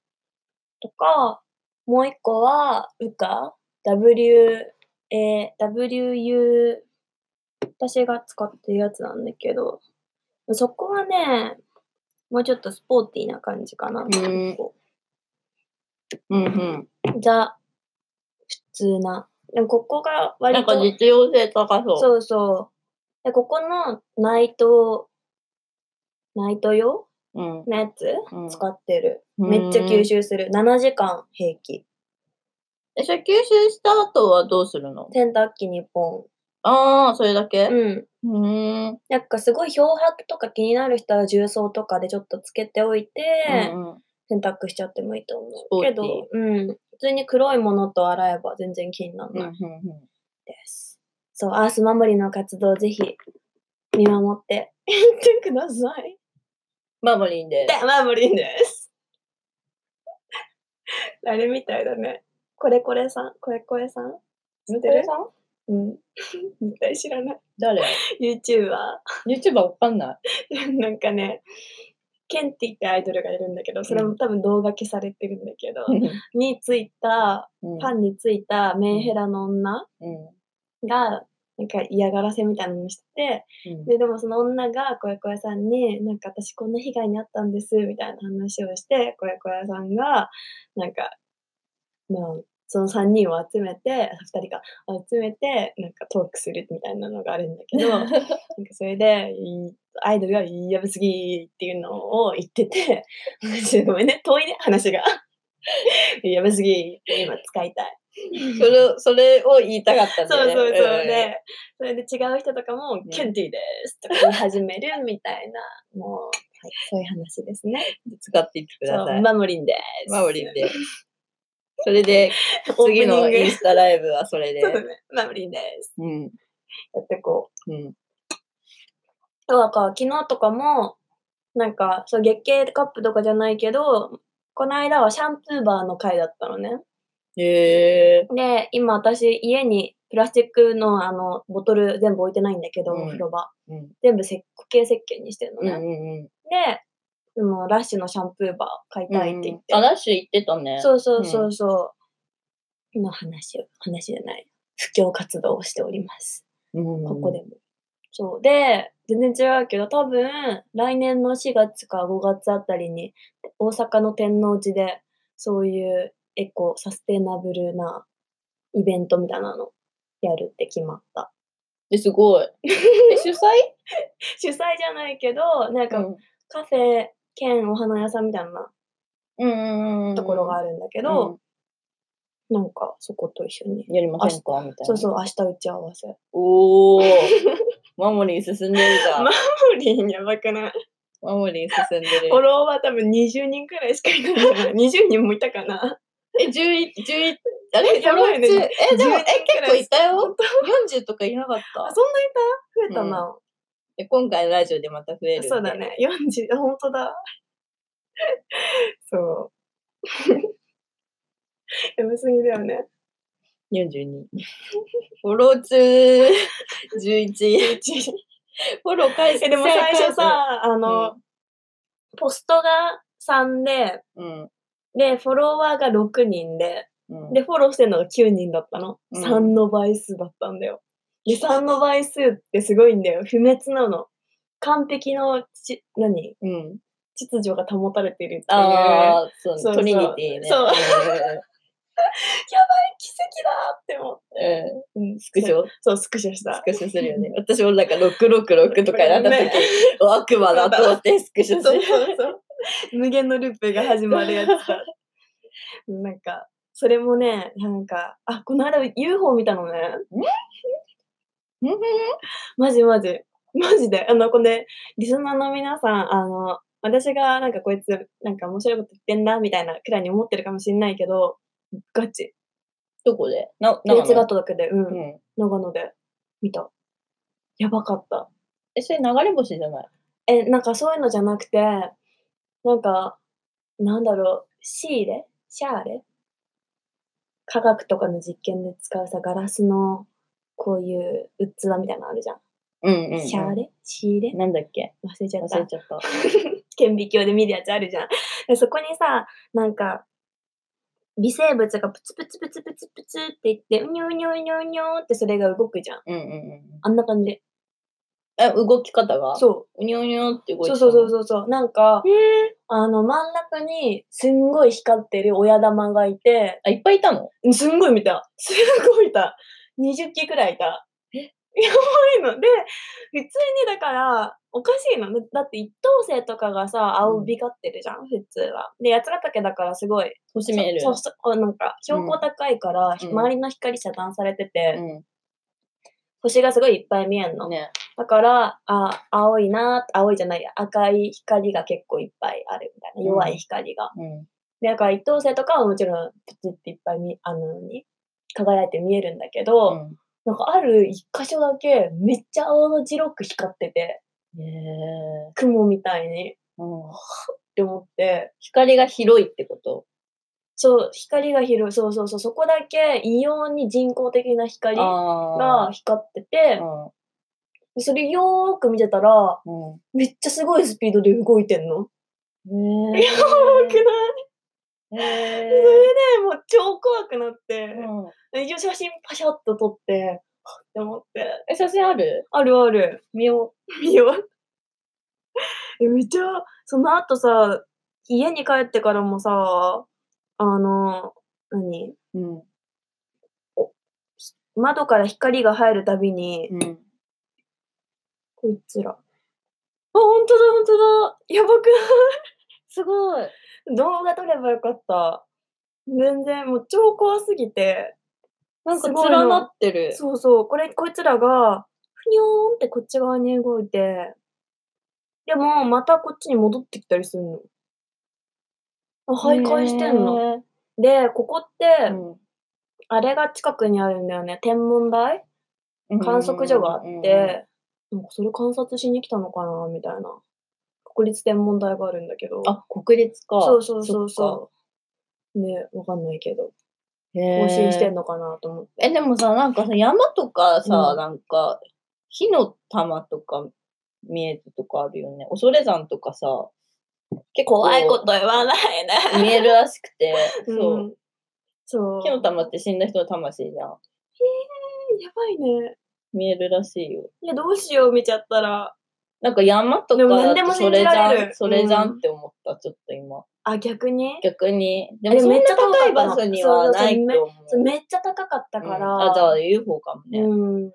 Speaker 3: とか、もう一個は、ウカ ?W、えー WU、私が使ってるやつなんだけど、そこはね、もうちょっとスポーティーな感じかな。
Speaker 2: ん
Speaker 3: こ
Speaker 2: うんうん。
Speaker 3: うザ、普通な。でもここが
Speaker 2: な
Speaker 3: 割
Speaker 2: んか
Speaker 3: と、
Speaker 2: 実用性高そう。う。
Speaker 3: そうそう。で、ここのナイト、ナイト用
Speaker 2: うん。
Speaker 3: のやつ
Speaker 2: うん、
Speaker 3: 使ってる。めっちゃ吸
Speaker 2: 収。
Speaker 3: 収する。7時間平気。
Speaker 2: え、それ吸収した後はどうするの
Speaker 3: 洗濯機にポ
Speaker 2: ああ、それだけ
Speaker 3: ン。うん。
Speaker 2: うん。うん。
Speaker 3: なんかすごい漂白とか気になる人は重曹とかでちょっとつけておいて、洗濯しちゃってもいいと思
Speaker 2: スポ
Speaker 3: う。
Speaker 2: ーティ
Speaker 3: け
Speaker 2: ー
Speaker 3: ど、うん。普通に黒いものと洗えば全然気になら
Speaker 2: うんうん
Speaker 3: ない
Speaker 2: うん
Speaker 3: です。そう、アース守りの活動ぜひ見守って *laughs* いってください。
Speaker 2: バブリンで
Speaker 3: で、マーブリンです。 *laughs* あれみたいだね。これこれさん、これこれさん。知ってる
Speaker 2: さん
Speaker 3: うん。 *laughs* 絶対知らない。
Speaker 2: 誰
Speaker 3: YouTuber。 *laughs*
Speaker 2: ?YouTuber わかんない。
Speaker 3: なんかね、ケンティってアイドルがいるんだけど、それも多分動画消されてるんだけど、についた、
Speaker 2: うん
Speaker 3: ファンについたメンヘラの女
Speaker 2: うん
Speaker 3: が、なんか嫌がらせみたいなのをしてて、
Speaker 2: うん
Speaker 3: で、でもその女が小屋小屋さんに、なんか私こんな被害に遭ったんです、みたいな話をして、小屋小屋さんが、なんか、まあ、その3人を集めて、2人か、集めて、なんかトークするみたいなのがあるんだけど、なんかそれで、いアイドルがやばすぎっていうのを言ってて、 *laughs* ちょっとごめんね、遠いね、話が。 *laughs* やばすぎ、今使いたい。
Speaker 2: それ、それを言いたかったん
Speaker 3: そう
Speaker 2: だよ
Speaker 3: そう
Speaker 2: ね。
Speaker 3: そう
Speaker 2: うん
Speaker 3: ね。それで違う人とかも、ケンティですとか言い始めるみたいな、もう、はい、そういう話ですね。
Speaker 2: 使っていってくだ
Speaker 3: そ
Speaker 2: さ
Speaker 3: う、
Speaker 2: い。
Speaker 3: マモリンです。
Speaker 2: マ
Speaker 3: *laughs*
Speaker 2: オリンで。それで、
Speaker 3: オープニン
Speaker 2: 次
Speaker 3: グ
Speaker 2: のインスタライブはそれで。
Speaker 3: そうだね。マモリンです。
Speaker 2: うん。
Speaker 3: やってこう。
Speaker 2: うん。
Speaker 3: そうだから昨日とかも、なんか、そう、月経カップとかじゃないけど、この間はシャンプーバーの回だったのね。
Speaker 2: へえ。
Speaker 3: で、今私家にプラスチックのあの、ボトル全部置いてないんだけど、
Speaker 2: うん
Speaker 3: お風呂場。
Speaker 2: うん。
Speaker 3: 全部石鹸石鹸にしてるの
Speaker 2: うん
Speaker 3: ね。
Speaker 2: うん
Speaker 3: で、そのラッシュのシャンプーバー買い
Speaker 2: うん。
Speaker 3: たいって言って。
Speaker 2: あ、ラッシュ行ってたね。
Speaker 3: そうそうそうそう。の話を、話じゃない。布教活動をしております。
Speaker 2: うん。
Speaker 3: ここでも。そう。で、全然違うけど、多分、来年の4月か5月あたりに、大阪の天王寺で、そういうエコ、サステナブルなイベントみたいなのやるって決まった。
Speaker 2: え、す
Speaker 3: *laughs*
Speaker 2: ごい。え、主催
Speaker 3: 主催じゃないけど、なんかカフェ兼お花屋さんみたいな
Speaker 2: うんうんうん。
Speaker 3: ところがあ
Speaker 2: る
Speaker 3: るんだけど、なんかそこと一緒に。
Speaker 2: やりませんかみたいな。
Speaker 3: そうそう、明日打ち合 *laughs* わせ。
Speaker 2: おおマモリン進んでるじゃん
Speaker 3: マ。モリンやばくない
Speaker 2: マモリン進んでる
Speaker 3: フォ。ロワー多分20人くらいしかいないから20人もいたかな
Speaker 2: え、11、11、あれ
Speaker 3: やばいね
Speaker 2: 11え、でも、え、
Speaker 3: 11く
Speaker 2: 結
Speaker 3: ら
Speaker 2: 構
Speaker 3: い
Speaker 2: いたよ。40とかいなかっ
Speaker 3: あ
Speaker 2: た。
Speaker 3: そんないた増えたな、
Speaker 2: で今回ラジオでまた増えるんで。
Speaker 3: そうだね40あ本当だ *laughs* そう *laughs* やばすぎだよね
Speaker 2: 42。フォロー中、11。フォロー返して
Speaker 3: えでも最初、さあの、ポストが3で
Speaker 2: うん、
Speaker 3: でフォロワーが6人で
Speaker 2: うん。
Speaker 3: でフォローしてるのが9人だったの、
Speaker 2: うん
Speaker 3: 3の倍数だったんだよで3の倍数ってすごいんだよ不滅なの完璧のち何
Speaker 2: うん。
Speaker 3: 秩序が保たれてるっていう
Speaker 2: ああ、そう
Speaker 3: そうそう
Speaker 2: トリニティね。
Speaker 3: そう
Speaker 2: う
Speaker 3: 奇跡だーって思って
Speaker 2: んうんうん
Speaker 3: うん
Speaker 2: スクショ
Speaker 3: そうスクショした
Speaker 2: スクショするよね。私もなんか666とかやった時、
Speaker 3: ね
Speaker 2: 悪魔だと思ってスクショす
Speaker 3: そう
Speaker 2: る。
Speaker 3: そうそう無限のループが始まるやつだ *laughs* なんかそれもねなんかあこの間 UFO 見たのねマジマジ。マジで。あの、これ、リスナーの皆さん、あの、私がなんかこいつ、なんか面白いこと言ってんな、みたいなくらいに思ってるかもしんないけど、ガチ。
Speaker 2: どこでな、
Speaker 3: ドイツ
Speaker 2: 野
Speaker 3: ガトだけで、うん、
Speaker 2: うん。
Speaker 3: 長野で見た。やばかった。
Speaker 2: え、それ流れ星じゃない
Speaker 3: え、なんかそういうのじゃなくて、なんか、なんだろう、シーレシャーレ科学とかの実験で使うさ、ガラスの、こういう器みたいなのあるじゃん。
Speaker 2: うんうん
Speaker 3: シャーレシーレ
Speaker 2: うん。なんだっけ
Speaker 3: 忘れちゃっ
Speaker 2: 忘
Speaker 3: た
Speaker 2: れ。ちゃった。
Speaker 3: 顕微鏡で見るやつあるじゃん。でそこにさ、なんか、微生物がプツプツプツプツプツって言って、うにょうにょうにょうにょってそれが動くじゃん。
Speaker 2: うんうんうん。
Speaker 3: あんな感じ。
Speaker 2: え、動き方がう。
Speaker 3: そう
Speaker 2: にょうにょって動
Speaker 3: う。
Speaker 2: いて
Speaker 3: そ
Speaker 2: た
Speaker 3: う
Speaker 2: の
Speaker 3: そうそうそうそう。なんか、あの、真ん中にすんごい光ってる親玉がいて、
Speaker 2: あ、いっぱいいたの
Speaker 3: すんごい見た。すんごい見た。20機くらいいた。やばいの。で、普通にだから、おかしいの。だだって一等星とかがさ、青光ってるじゃん、普通は。で、八ヶ岳だからすごい
Speaker 2: 星見える。
Speaker 3: そうそうそう、なんか標高高いから、
Speaker 2: うん
Speaker 3: 周りの光遮断されてて、
Speaker 2: う
Speaker 3: 星がすごいいっぱい見えるの。
Speaker 2: ん。ね。
Speaker 3: だから、あ、青いなー青いじゃないや、赤い光が結構いっぱいあるみたいな、
Speaker 2: うん
Speaker 3: 弱い光が。
Speaker 2: うん。
Speaker 3: でだから一等星とかはもちろん、プチっていっぱい見、あのに、輝いて見えるんだけど、
Speaker 2: うん
Speaker 3: なんかある一箇所だけめっちゃ青白く光ってて、
Speaker 2: へえ
Speaker 3: 雲みたいにっ
Speaker 2: うん
Speaker 3: て思って、
Speaker 2: 光が広いってこと
Speaker 3: そう、光が広い、そうそうそう、そこだけ異様に人工的な光
Speaker 2: あ
Speaker 3: が光ってて、
Speaker 2: あ。
Speaker 3: それよーく見てたら、
Speaker 2: うん。
Speaker 3: めっちゃすごいスピードで動いてんの。
Speaker 2: うん。
Speaker 3: や怖くない
Speaker 2: へ
Speaker 3: そ
Speaker 2: え
Speaker 3: れでもう超怖くなって、
Speaker 2: うん
Speaker 3: 一応写真パシャッと撮って、はっって思って。
Speaker 2: え、写真ある
Speaker 3: あるある。
Speaker 2: 見よ
Speaker 3: 見よう。 *laughs* え、めっちゃ、その後さ、家に帰ってからもさ、あの、何
Speaker 2: う。うん。
Speaker 3: 窓から光が入るたびに、
Speaker 2: うん。
Speaker 3: こいつら。あ、ほんとだほんとだ。やばくない
Speaker 2: すごい。
Speaker 3: *laughs* 動画撮ればよかった。全然、もう超怖すぎて。
Speaker 2: なんか
Speaker 3: すごい
Speaker 2: 連なってる。
Speaker 3: そうそう、これ、こいつらが、ふにょーんってこっち側に動いて、でも、またこっちに戻ってきたりするの。あ、徘徊してんの。
Speaker 2: の。
Speaker 3: で、ここって、
Speaker 2: うん
Speaker 3: あれが近くにあるんだよね。天文台観測所があっ。て、なんかそれ観察しに来たのかな、みたいな。国立天文台があるんだけど。
Speaker 2: あ、国立か。
Speaker 3: そうそうそうそう。ね、わかんないけど。
Speaker 2: う。更
Speaker 3: 更新してんのかなと思って。
Speaker 2: え、でもさ、なんかさ、山とかさ、
Speaker 3: うん
Speaker 2: なんか、火の玉とか見えるとかあるよね。恐山とかさ、結構
Speaker 3: と言わないね。
Speaker 2: 見えるらしくて、
Speaker 3: そ
Speaker 2: そう。
Speaker 3: *laughs* う。そう。
Speaker 2: 火の玉って死んだ人の魂じゃん。
Speaker 3: やばいね。
Speaker 2: 見えるらしいよ。
Speaker 3: いや、どうしよう、見ちゃったら。
Speaker 2: なんか山とか
Speaker 3: でも何
Speaker 2: だ
Speaker 3: でも
Speaker 2: とそ
Speaker 3: 信
Speaker 2: れ
Speaker 3: じ
Speaker 2: じ
Speaker 3: ら
Speaker 2: ゃ
Speaker 3: れ
Speaker 2: ん、
Speaker 3: る
Speaker 2: それじゃ
Speaker 3: うん
Speaker 2: んって思った、ちょっと今。
Speaker 3: あ、逆に
Speaker 2: 逆に。で
Speaker 3: あ
Speaker 2: も
Speaker 3: で
Speaker 2: そ
Speaker 3: も
Speaker 2: んな
Speaker 3: めっちゃ遠か
Speaker 2: 高い
Speaker 3: ったの
Speaker 2: 場所にはないと思
Speaker 3: そう
Speaker 2: う。
Speaker 3: めっちゃ高かったから。
Speaker 2: うんあ、じゃあ UFO かもね。
Speaker 3: うん。い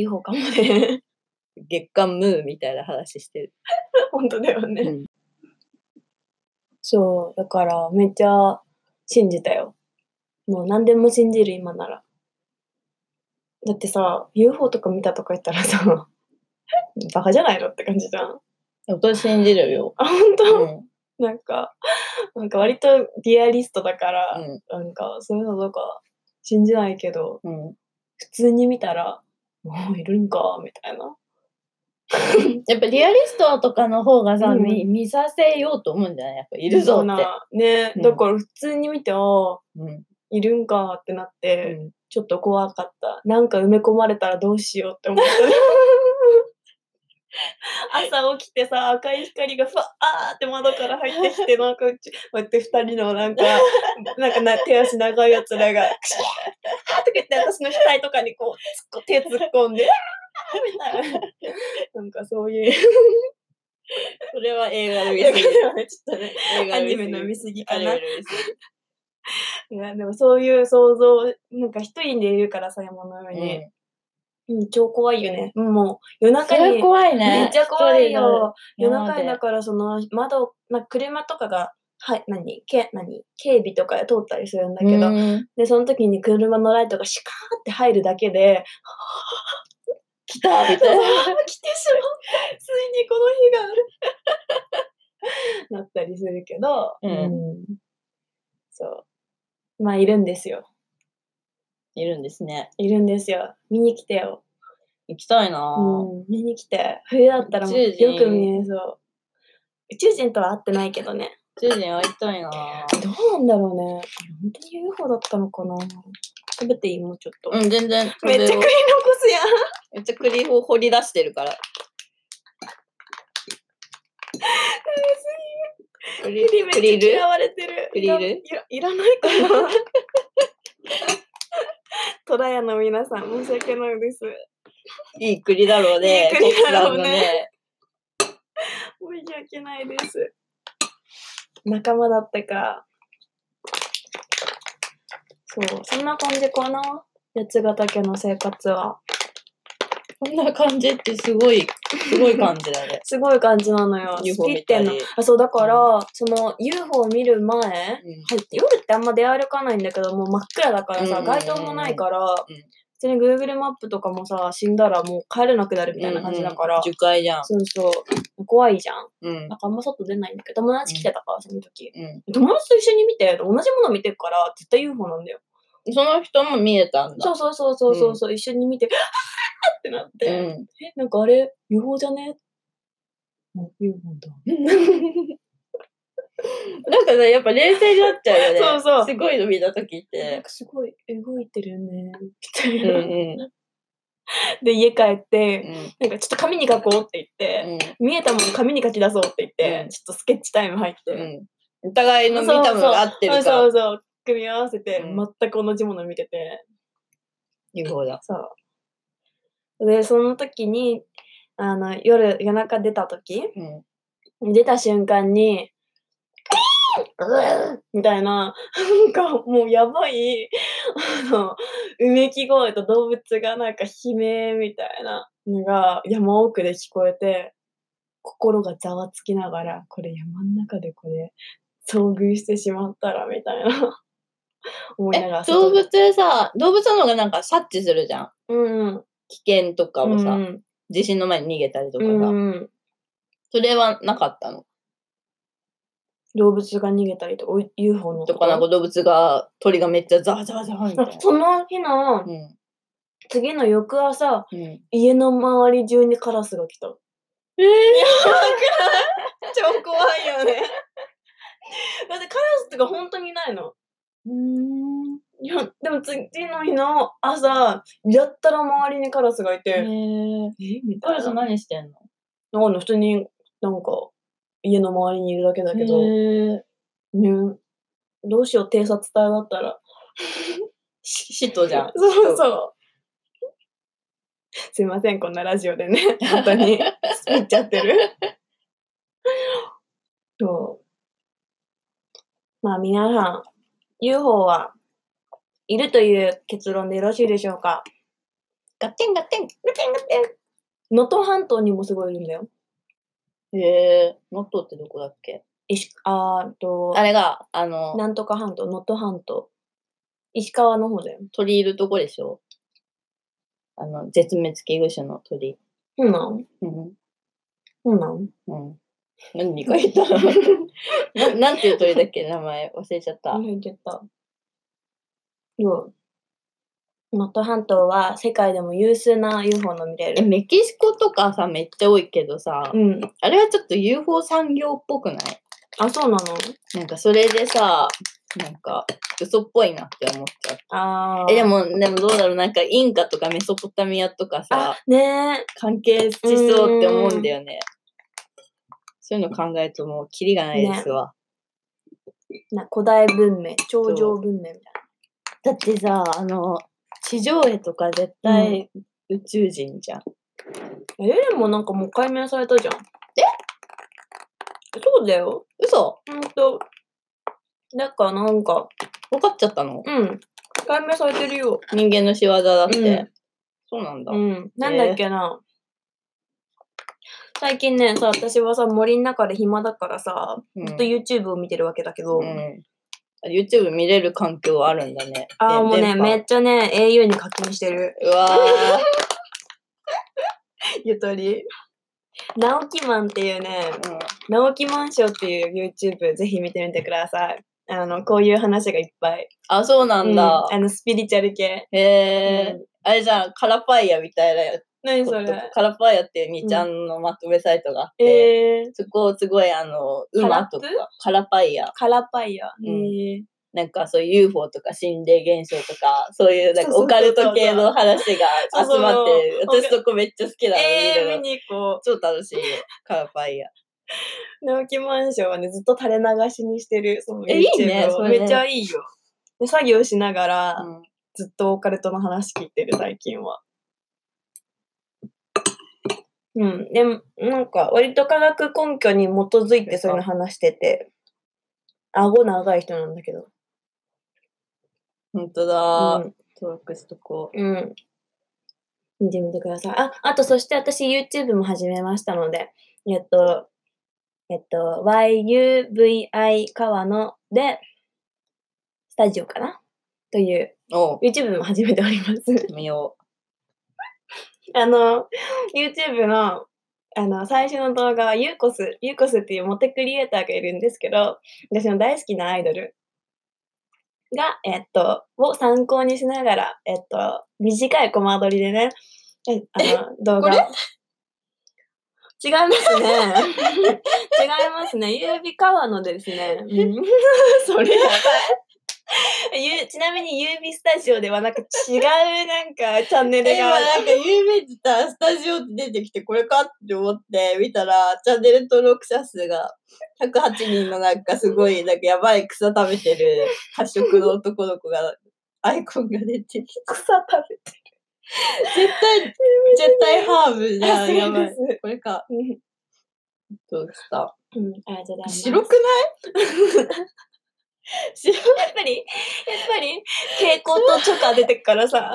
Speaker 3: い方かもね。 *laughs*
Speaker 2: 月刊ムーみたいな話してる。
Speaker 3: 本当だよね。
Speaker 2: うん
Speaker 3: そう、だからめっちゃ信じたよ。もう何でも信じる今なら。だってさ、UFO とか見たとか言ったらさ、 *laughs* バカじゃないのって感じじゃん。
Speaker 2: 私信じるよ。
Speaker 3: *laughs* あ、本
Speaker 2: う
Speaker 3: 当、
Speaker 2: ん。
Speaker 3: なんか、なんか割とリアリストだから、
Speaker 2: う
Speaker 3: なんかそういうのとか信じないけど、
Speaker 2: ん。うん。
Speaker 3: 普通に見たら、もういるんか、みたいな。
Speaker 2: やっぱリアリストとかの方がさ、
Speaker 3: うん
Speaker 2: 見見させようと思うんじゃないやっぱいるぞ
Speaker 3: そう
Speaker 2: って。
Speaker 3: なね、
Speaker 2: うん
Speaker 3: だから普通に見て、あー
Speaker 2: うん。
Speaker 3: いるんかってなって、
Speaker 2: うん
Speaker 3: ちょっと怖かった。なんか埋め込まれたらどうしようって思ったね。 *laughs* 朝起きてさ、赤い光がふわーって窓から入って *laughs* きて、なんかうち、こうやって二人のなんか、なんかな手足長いやつ *laughs* らが、クシャーとか言って私の額とかにこう、突っ手突っ込んで、あーみたいな。 *laughs* なんかそういう
Speaker 2: それは映画の見
Speaker 3: 映
Speaker 2: 過
Speaker 3: 画
Speaker 2: ぎ。
Speaker 3: ではね、ちょっとね、
Speaker 2: 映画
Speaker 3: ア
Speaker 2: の
Speaker 3: ニメの見過ぎか
Speaker 2: アニ
Speaker 3: な
Speaker 2: メの。見過ぎ
Speaker 3: いや、でもそういう想像、なんか一人でいるからさ、山の上に。
Speaker 2: うん
Speaker 3: うん、超怖いよね。うんもう夜
Speaker 2: そ
Speaker 3: 中に。
Speaker 2: れ怖いね。
Speaker 3: めっちゃ怖いよ。
Speaker 2: 一人
Speaker 3: 夜
Speaker 2: の山
Speaker 3: 中
Speaker 2: で
Speaker 3: にだからその窓、な車とかが、はい、何け何警備とかで通ったりするんだけど、
Speaker 2: うん
Speaker 3: で、その時に車のライトがシカーって入るだけで、
Speaker 2: 来たみ
Speaker 3: 来て
Speaker 2: たい
Speaker 3: し
Speaker 2: な。
Speaker 3: まったついにこの日があるなったりする *laughs* けど、
Speaker 2: うん
Speaker 3: うんそう。まあ、いるんですよ。
Speaker 2: いるんですね。
Speaker 3: いるんですよ。見に来てよ。
Speaker 2: 行きたいなぁ。
Speaker 3: うん、見に来て。冬だったらもう
Speaker 2: 宇宙人
Speaker 3: よく見えそう。宇宙人とは会ってないけどね。
Speaker 2: 主人会いたいなぁ。
Speaker 3: どうなんだろうね。本当に UFO だったのかな食べていいもうちょっと。
Speaker 2: うん、全然。
Speaker 3: めっちゃ
Speaker 2: それを
Speaker 3: 食い残すやん。
Speaker 2: めっちゃ栗を掘り出してる
Speaker 3: *laughs*
Speaker 2: から。クリ
Speaker 3: 栗め
Speaker 2: クリ
Speaker 3: っちゃ
Speaker 2: ル
Speaker 3: 嫌われてる。
Speaker 2: クリル
Speaker 3: いらいらいらな
Speaker 2: *laughs*
Speaker 3: いかな。トラヤの皆さん、申し訳ないです。
Speaker 2: いい栗だろうね。
Speaker 3: いい栗だろうね
Speaker 2: 国産のね。
Speaker 3: 申し訳ないです。仲間だったか。そう、そんな感じかな。八ヶ岳の生活は。
Speaker 2: こんな感じってすごい、すごい感じだね。
Speaker 3: すごい感じなのよ。
Speaker 2: UFO
Speaker 3: 好きってんの
Speaker 2: 見たり。
Speaker 3: あ、そう、だから、その UFO を見る前、
Speaker 2: うん
Speaker 3: 入って夜ってあんま出歩かないんだけどもう真っ暗だからさ
Speaker 2: うん
Speaker 3: 街灯もないから、
Speaker 2: うん
Speaker 3: 普通に Google マップとかもさ死んだらもう帰れなくなるみたいな感じだから、
Speaker 2: 樹海じゃん。
Speaker 3: そうそう怖いじゃん
Speaker 2: うん
Speaker 3: な。んかあんま外出ないんだけど友達来てたからその時
Speaker 2: う
Speaker 3: 友達と一緒に見て同じもの見てるから絶対 UFO なんだよ
Speaker 2: ん。その人も見えたんだ。
Speaker 3: そうそうそうそうそうそう、一緒に見て「あーってなって、
Speaker 2: うん。
Speaker 3: えなんかあれ UFO じゃねうん UFO だ
Speaker 2: なんかね、やっぱ冷静になっちゃうよね。
Speaker 3: そうそう
Speaker 2: すごいの見た時っ
Speaker 3: なん
Speaker 2: て。
Speaker 3: かすごい動いてるねみたい
Speaker 2: うん
Speaker 3: な、
Speaker 2: うん。
Speaker 3: で家帰って
Speaker 2: うん
Speaker 3: なんかちょっと紙に書こうって言って、見えたもの紙に書き出そうって言って、
Speaker 2: うん
Speaker 3: ちょっとスケッチタイム入って、
Speaker 2: うん。お互いの見たものが合って
Speaker 3: そう
Speaker 2: るか
Speaker 3: そ
Speaker 2: ら
Speaker 3: う。そう組み合わせて、
Speaker 2: うん
Speaker 3: 全く同じもの見てて
Speaker 2: UFO だ。
Speaker 3: そうでその時にあの夜夜中出た時
Speaker 2: うん。
Speaker 3: 出た瞬間に「うわーみたいな、なんかもうやばい、あの、うめき声と動物がなんか悲鳴みたいなのが山奥で聞こえて、心がざわつきながら、これ山の中でこれ遭遇してしまったらみたいな思いなが
Speaker 2: え
Speaker 3: ら、
Speaker 2: 動
Speaker 3: 外
Speaker 2: 物
Speaker 3: で。
Speaker 2: でさ、動物の方がなんか察知するじゃん。
Speaker 3: うんうん。
Speaker 2: 危険とかを
Speaker 3: う
Speaker 2: さ、
Speaker 3: ん
Speaker 2: 地震の前に逃げたりとか
Speaker 3: うん
Speaker 2: さ。
Speaker 3: うん
Speaker 2: それはなかったの。
Speaker 3: 動物が逃げたりとか、お UFO の
Speaker 2: とか、なんか動物が、鳥がめっちゃザワザワザワみたい *laughs* な。
Speaker 3: その日の
Speaker 2: うん。
Speaker 3: 次の翌朝、
Speaker 2: うん。
Speaker 3: 家の周り中にカラスが来た。
Speaker 2: えー
Speaker 3: 超怖いよね。だってカラスとか本当にいないの。
Speaker 2: うん。
Speaker 3: いや、でも次の日の朝、やったら周りにカラスがいて、
Speaker 2: ね
Speaker 3: えみ
Speaker 2: え。カ
Speaker 3: たい
Speaker 2: ラス
Speaker 3: な。
Speaker 2: 何してんの
Speaker 3: なんか普通になんか家の周りにいるだけだけど、
Speaker 2: へえ。
Speaker 3: ね、どうしよう偵察隊だったら。
Speaker 2: しシトじ
Speaker 3: *laughs*
Speaker 2: ゃん。 *laughs*
Speaker 3: そうそう。すいません、こんなラジオでね。本当に。言っちゃってる。そう。まあ皆さん、UFO はいるという結論でよろしいでしょうか。
Speaker 2: ガッテンガッテン
Speaker 3: ガテンガテン能登半島にもすごいいるんだよ。
Speaker 2: へえ、ノットってどこだっけ
Speaker 3: 石、あーっと、
Speaker 2: あれが、あの、
Speaker 3: なんとか半島、能登半島。石川の方だよ。
Speaker 2: 鳥いるとこでしょあの、絶滅危惧種の鳥。
Speaker 3: そうなん
Speaker 2: うん。
Speaker 3: そうなん
Speaker 2: うん。何書いた *laughs* ななんていう鳥だっけ名前忘れちゃった。
Speaker 3: 忘れちゃった。そう。能登半島は世界でも有数な UFO の見れ
Speaker 2: え、
Speaker 3: る。
Speaker 2: メキシコとかさ、めっちゃ多いけどさ
Speaker 3: う、ん。
Speaker 2: あれはちょっと UFO 産業っぽくない
Speaker 3: あ、そうなの
Speaker 2: なんかそれでさ、なんか嘘っぽいなって思っちゃう。
Speaker 3: あー
Speaker 2: え、で、も、でもどうだろうなんかインカとかメソポタミアとか
Speaker 3: あ
Speaker 2: さ、、
Speaker 3: ねえ。
Speaker 2: 関係しそうって思うんだよね。そういうの考えるともうキリがないですわ。
Speaker 3: な古代文明、超常文明みたいな。
Speaker 2: だってさ、あの、地上絵とか絶対宇宙人じゃん。
Speaker 3: えー、でもなんかもう解明されたじゃん。えそうだよ。
Speaker 2: 嘘
Speaker 3: ほんと。だからなんか、
Speaker 2: 分かっちゃったの
Speaker 3: うん。解明されてるよ。
Speaker 2: 人間の仕業だって。
Speaker 3: うん
Speaker 2: そうなんだ。
Speaker 3: うん。なんだっけな。最近ね、さ、私はさ、森の中で暇だからさ、
Speaker 2: うん
Speaker 3: ずっと YouTube を見てるわけだけど、
Speaker 2: うん、YouTube 見れる環境あるんだね。
Speaker 3: ああ、
Speaker 2: で
Speaker 3: もうね、
Speaker 2: 電波
Speaker 3: めっちゃね、au に課金してる。
Speaker 2: うわ
Speaker 3: ゆとり。直木マンっていうね、
Speaker 2: ー、うん
Speaker 3: 直木マンションっていう YouTube ぜひ見てみてください。あの、こういう話がいっぱい。
Speaker 2: あ、そうなんだ。
Speaker 3: うんあの、スピリチュアル系。
Speaker 2: へえ、
Speaker 3: うん
Speaker 2: あれじゃん、カラパイヤみたいなやつ。
Speaker 3: 何それ
Speaker 2: カラパイヤっていう2ちゃんのまとめサイトがあって、
Speaker 3: えー、
Speaker 2: そこをすごいあの、馬とか
Speaker 3: カラッ、
Speaker 2: カラパイヤ、
Speaker 3: カラパイヤ。
Speaker 2: ん
Speaker 3: へえ
Speaker 2: なんかそういう UFO とか心霊現象とか、そういうなんか
Speaker 3: そうそうそうそう
Speaker 2: オカルト系の話が
Speaker 3: そうそう
Speaker 2: 集まってる。
Speaker 3: オカ
Speaker 2: 私そこめっちゃ好きなの、見
Speaker 3: えー、
Speaker 2: るの
Speaker 3: 見に行こ
Speaker 2: 超楽しいよ、カラパイヤ。
Speaker 3: う。直木マンションはね、ずっと垂れ流しにしてる、その YouTube を。
Speaker 2: えいいねそれね
Speaker 3: めっちゃいいよ。で作業しながら、
Speaker 2: うん
Speaker 3: ずっとオカルトの話聞いてる、最近は。うん。でも、なんか、割と科学根拠に基づいてそういうの話してて、顎長い人なんだけど。
Speaker 2: ほんとだ、
Speaker 3: うん
Speaker 2: 登録しとこ
Speaker 3: うん。見てみてください。あ、あと、そして私 YouTube も始めましたので、えっと、えっと、YUVI 川野で、スタジオかなという
Speaker 2: う。おう
Speaker 3: YouTube も始めております。
Speaker 2: 見よ
Speaker 3: あの、YouTube の、あの、最初の動画はユーコス、ユーコスっていうモテクリエイターがいるんですけど、私の大好きなアイドルが、えっと、を参考にしながら、えっと、短いコマ撮りでね、えあの、
Speaker 2: こ
Speaker 3: 動画
Speaker 2: れ
Speaker 3: を。違いま
Speaker 2: *laughs*
Speaker 3: すね。違いますね。ゆうびかわのですね。うん
Speaker 2: *laughs*
Speaker 3: それやばい。ゆちなみに、ゆうびスタジオではなく違うなんかチャンネ
Speaker 2: う。で
Speaker 3: ル
Speaker 2: 今
Speaker 3: が。
Speaker 2: なんか有名人さ、スタジオで出てきてこれかって思って見たら、チャンネル登録者数が108人のなんかすごい、なんかやばい草食べてる発色の男の子が、アイコンが出てきて。
Speaker 3: 草食べ
Speaker 2: 絶対、絶対ハーブじゃん。やばい。
Speaker 3: す。
Speaker 2: これか。
Speaker 3: う
Speaker 2: どうした
Speaker 3: ん、ありがとうございます。
Speaker 2: 白
Speaker 3: やっ
Speaker 2: くない白
Speaker 3: ぱり、やっぱり、蛍光とチョコ出てくからさ、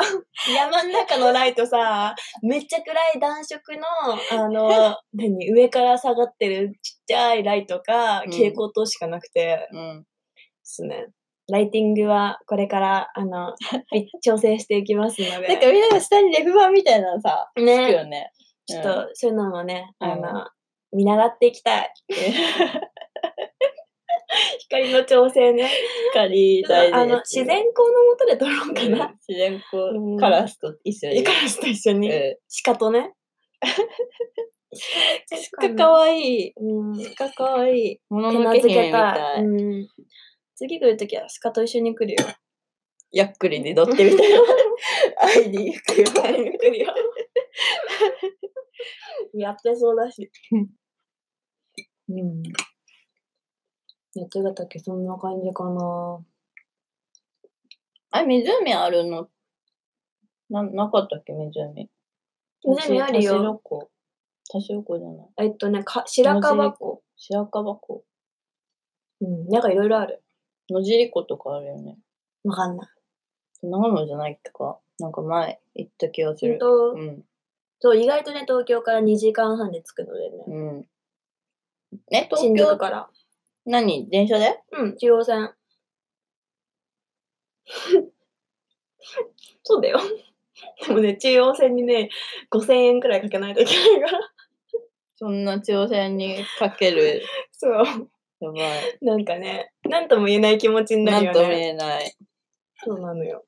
Speaker 3: 山の中のライトさ、めっちゃ暗い暖色の、あの、何、上から下がってるちっちゃいライトか、
Speaker 2: うん
Speaker 3: 蛍光灯しかなくて、
Speaker 2: うん。
Speaker 3: ですね。ライティングはこれから、あの、調整していきますので。
Speaker 2: なんかみんなが下にレフ板みたいなのさ、つく
Speaker 3: ね、
Speaker 2: よね。
Speaker 3: ちょっと、そういうのもね、
Speaker 2: うん
Speaker 3: あの、見習ってい
Speaker 2: *laughs*
Speaker 3: きたい。光の調整ね。
Speaker 2: 光大事ですよ
Speaker 3: あの、自然光のもとで撮ろうかな。
Speaker 2: 自然
Speaker 3: うん
Speaker 2: 光カラスと一緒に。
Speaker 3: カラスと一緒に。
Speaker 2: う
Speaker 3: 鹿と *laughs* ね。
Speaker 2: ん鹿かわいい。
Speaker 3: うん。
Speaker 2: 鹿かわいい。もの
Speaker 3: 手
Speaker 2: の
Speaker 3: な
Speaker 2: け
Speaker 3: ず
Speaker 2: 姫
Speaker 3: け
Speaker 2: み
Speaker 3: た
Speaker 2: た
Speaker 3: い。
Speaker 2: い。
Speaker 3: うん。次来るときは鹿と一緒に来るよ。
Speaker 2: やっくりに乗ってみたい
Speaker 3: *laughs*
Speaker 2: な。会いに行くよ。会いに来るよ。
Speaker 3: やってそうだし。うん。八ヶ岳そんな感じかな。
Speaker 2: あれ、湖あるのな、なかったっけ、湖。
Speaker 3: 湖あるよ
Speaker 2: 私どこ多少湖じゃない。
Speaker 3: えっとね、か白樺湖。
Speaker 2: 白樺湖。
Speaker 3: うん、なんかいろいろある。
Speaker 2: 野尻湖とかあるよね。
Speaker 3: わかんない。
Speaker 2: 長野じゃないっけか。なんか前行った気がす
Speaker 3: 本
Speaker 2: る。
Speaker 3: 当、
Speaker 2: うん。
Speaker 3: そう、意外とね、東京から2時間半で着くのでね。
Speaker 2: うん。え、東
Speaker 3: 新
Speaker 2: 京
Speaker 3: 宿、から。
Speaker 2: 何電車で
Speaker 3: うん、中央線。 *laughs* そうだよ。 *laughs* でもね、中央線にね、5000円くらいかけないといけないから。 *laughs*
Speaker 2: そんな朝鮮にかける。
Speaker 3: そう。
Speaker 2: やばい。
Speaker 3: なんかね、なんとも言えない気持ちにな
Speaker 2: な
Speaker 3: るよ
Speaker 2: ん
Speaker 3: ね。
Speaker 2: とも言えない。
Speaker 3: そうなのよ。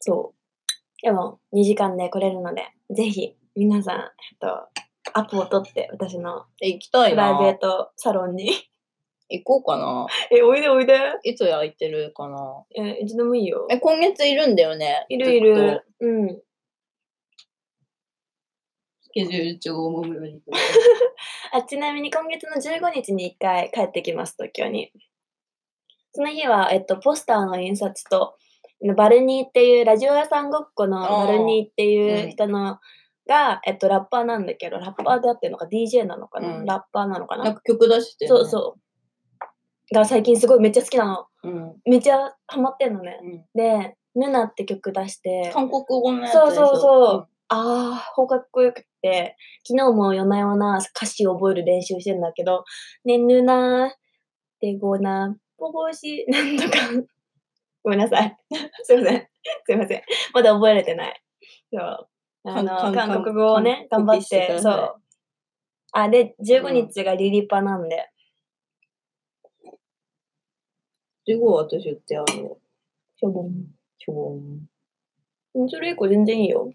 Speaker 3: そう。でも、2時間で来れるので、ぜひ、皆さん、えっと、アポを取って、私の
Speaker 2: え行きた
Speaker 3: プ
Speaker 2: い
Speaker 3: ライベー
Speaker 2: な。
Speaker 3: トサロンに。 *laughs*
Speaker 2: 行こうかな。
Speaker 3: え、おいでおいで。
Speaker 2: いつ空いてるかな。
Speaker 3: え、いつでもいいよ。
Speaker 2: え、今月いるんだよね。
Speaker 3: いるい
Speaker 2: ずっと
Speaker 3: る。うん。
Speaker 2: スケジュール帳を潜り込む。
Speaker 3: あ、ちなみに今月の15日に1回帰ってきます、東京に。その日は、えっと、ポスターの印刷と、バルニーっていう、ラジオ屋さんごっこの
Speaker 2: あー
Speaker 3: バルニーってい
Speaker 2: うん
Speaker 3: う人の、が、えっと、ラッパーなんだけど、ラッパーであってるのか、DJ なのかな、
Speaker 2: うん
Speaker 3: ラッパーなのかな
Speaker 2: なんか曲出して
Speaker 3: そう
Speaker 2: う。
Speaker 3: そう。が最近すごいめっちゃ好きなの。
Speaker 2: うん。う
Speaker 3: めっちゃハマってんのね。
Speaker 2: ん。
Speaker 3: で、ヌナって曲出して、
Speaker 2: 韓国語のやつでしょ。
Speaker 3: そうそうそう。あー、ほうかっこよくって、昨日も夜な夜な歌詞を覚える練習してんだけど、ね、ぬなー、でごな、ぼぼし、 *laughs* なんとか。ごめんなさい。 *laughs* すいません。すいません。まだ覚えれてない。そう。あの、
Speaker 2: 韓韓
Speaker 3: 韓国語をね、
Speaker 2: 韓国
Speaker 3: 頑張
Speaker 2: 語
Speaker 3: っ
Speaker 2: してく
Speaker 3: て
Speaker 2: だ、
Speaker 3: そ。
Speaker 2: さいう
Speaker 3: あ、で、
Speaker 2: う
Speaker 3: 15
Speaker 2: ん
Speaker 3: 日がリリパなんで、
Speaker 2: うん。15は私言ってある。
Speaker 3: しょぼん
Speaker 2: 今
Speaker 3: うんそれ以降全然いいよ。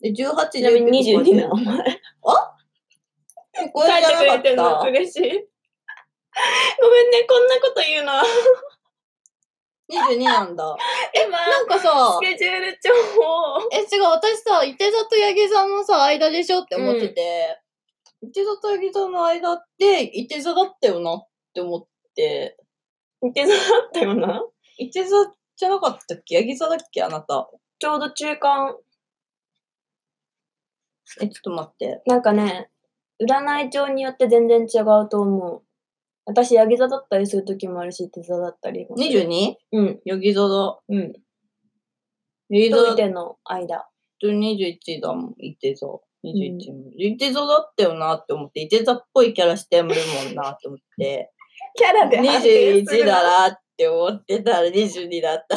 Speaker 2: 日。で、18
Speaker 3: ちなみに22なの、お *laughs* 前。
Speaker 2: これじゃなか *laughs* った。
Speaker 3: 嬉しい。ごめんね、こんなこと言うの。
Speaker 2: 22なんだ。
Speaker 3: 今、
Speaker 2: なんかさ
Speaker 3: ス、ケジュール帳を。
Speaker 2: え、違う、私さ、伊手座と八木さんのさ、間でしょって思ってて、伊手座と八木さんの間って、伊手座だったよなって思って、
Speaker 3: いけなかったよな。
Speaker 2: 伊手座じゃなかったっけ八木座だっけあなた。
Speaker 3: ちょうど中間。
Speaker 2: え、ちょっと待って。
Speaker 3: なんかね、占い帳によって全然違うと思う。私、ヤギ座だったりする時もあるし、手座だったりもする。
Speaker 2: 22?
Speaker 3: うん。
Speaker 2: 八木座だ。
Speaker 3: うん。
Speaker 2: 八木座
Speaker 3: と
Speaker 2: だ
Speaker 3: 見ての間。
Speaker 2: と21だもん、伊手座。21も。伊手座だったよなって思って、伊手座っぽいキャラしてるもんなって思って。
Speaker 3: キャラで判定する
Speaker 2: 21だなって思ってたら22だった。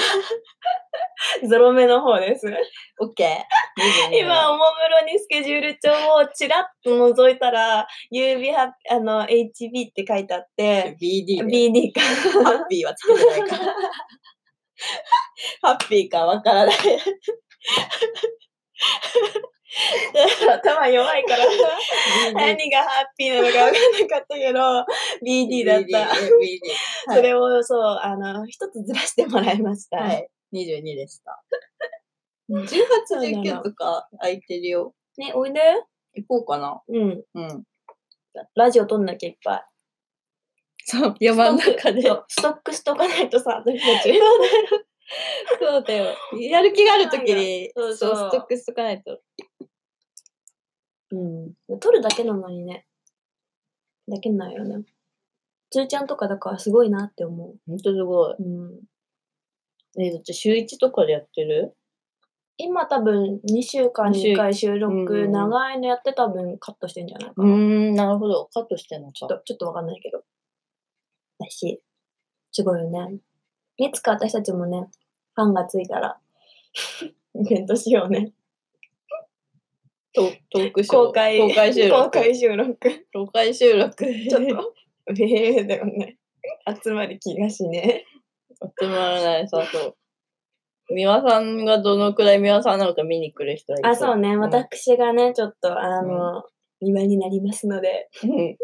Speaker 3: ゾロ目の方です。
Speaker 2: オッケー。
Speaker 3: 今、おもむろにスケジュール帳をちらっと覗いたら、UB ハあの、HB って書いてあって、
Speaker 2: 22ね
Speaker 3: BD
Speaker 2: BD
Speaker 3: か。
Speaker 2: ね。ハッピーはつけてないから。 *laughs* ハッピーかわからない。
Speaker 3: 頭弱い *laughs* からさ、何がハッピーなのか分かんなかったけど、BD だっ
Speaker 2: BD。は
Speaker 3: た。
Speaker 2: い
Speaker 3: それを、そう、あの、一つずらしてもらいました。
Speaker 2: はい。22でした。
Speaker 3: うん
Speaker 2: 18、19とか空いてるよ。
Speaker 3: ね、おいで。
Speaker 2: 行こうかな。
Speaker 3: うん。
Speaker 2: うん。
Speaker 3: ラジオ撮んなきゃいっぱい。
Speaker 2: そう、山の中で。
Speaker 3: そうストックしとかないとさ、私
Speaker 2: *laughs*
Speaker 3: たち。
Speaker 2: そうだよ。やる気があるときに、
Speaker 3: そ
Speaker 2: そう、
Speaker 3: う
Speaker 2: ス
Speaker 3: そう
Speaker 2: トックしとかないと。
Speaker 3: うん。撮るだけなのにね。だけないよね。つーちゃんとかだからすごいなって思
Speaker 2: ほんとすごい。
Speaker 3: う。うん。
Speaker 2: え、だって週1とかでやってる
Speaker 3: 今多分2週間に1回収
Speaker 2: う
Speaker 3: 録、
Speaker 2: ん
Speaker 3: 長いのやって多分カットしてんじゃないか
Speaker 2: うー
Speaker 3: な。
Speaker 2: ん、なるほど。カットしてんの
Speaker 3: ちょっ
Speaker 2: か。
Speaker 3: と、ちょっとわかんないけど。だし、すごいよね。いつか私たちもね、ファンがついたら、イベントしようね。
Speaker 2: トトークショー。
Speaker 3: 公開、
Speaker 2: *laughs* 公開収録。
Speaker 3: 公開収録。
Speaker 2: 公開収録。
Speaker 3: ちょっと、ええだよね。集まる気がしね。
Speaker 2: と。つまらない、さ、そう。美輪さんがどのくらい美輪さんなのか見に来る人はい
Speaker 3: あ、そうね。
Speaker 2: ん
Speaker 3: 私がね、ちょっと、あの、庭になりますので、
Speaker 2: うん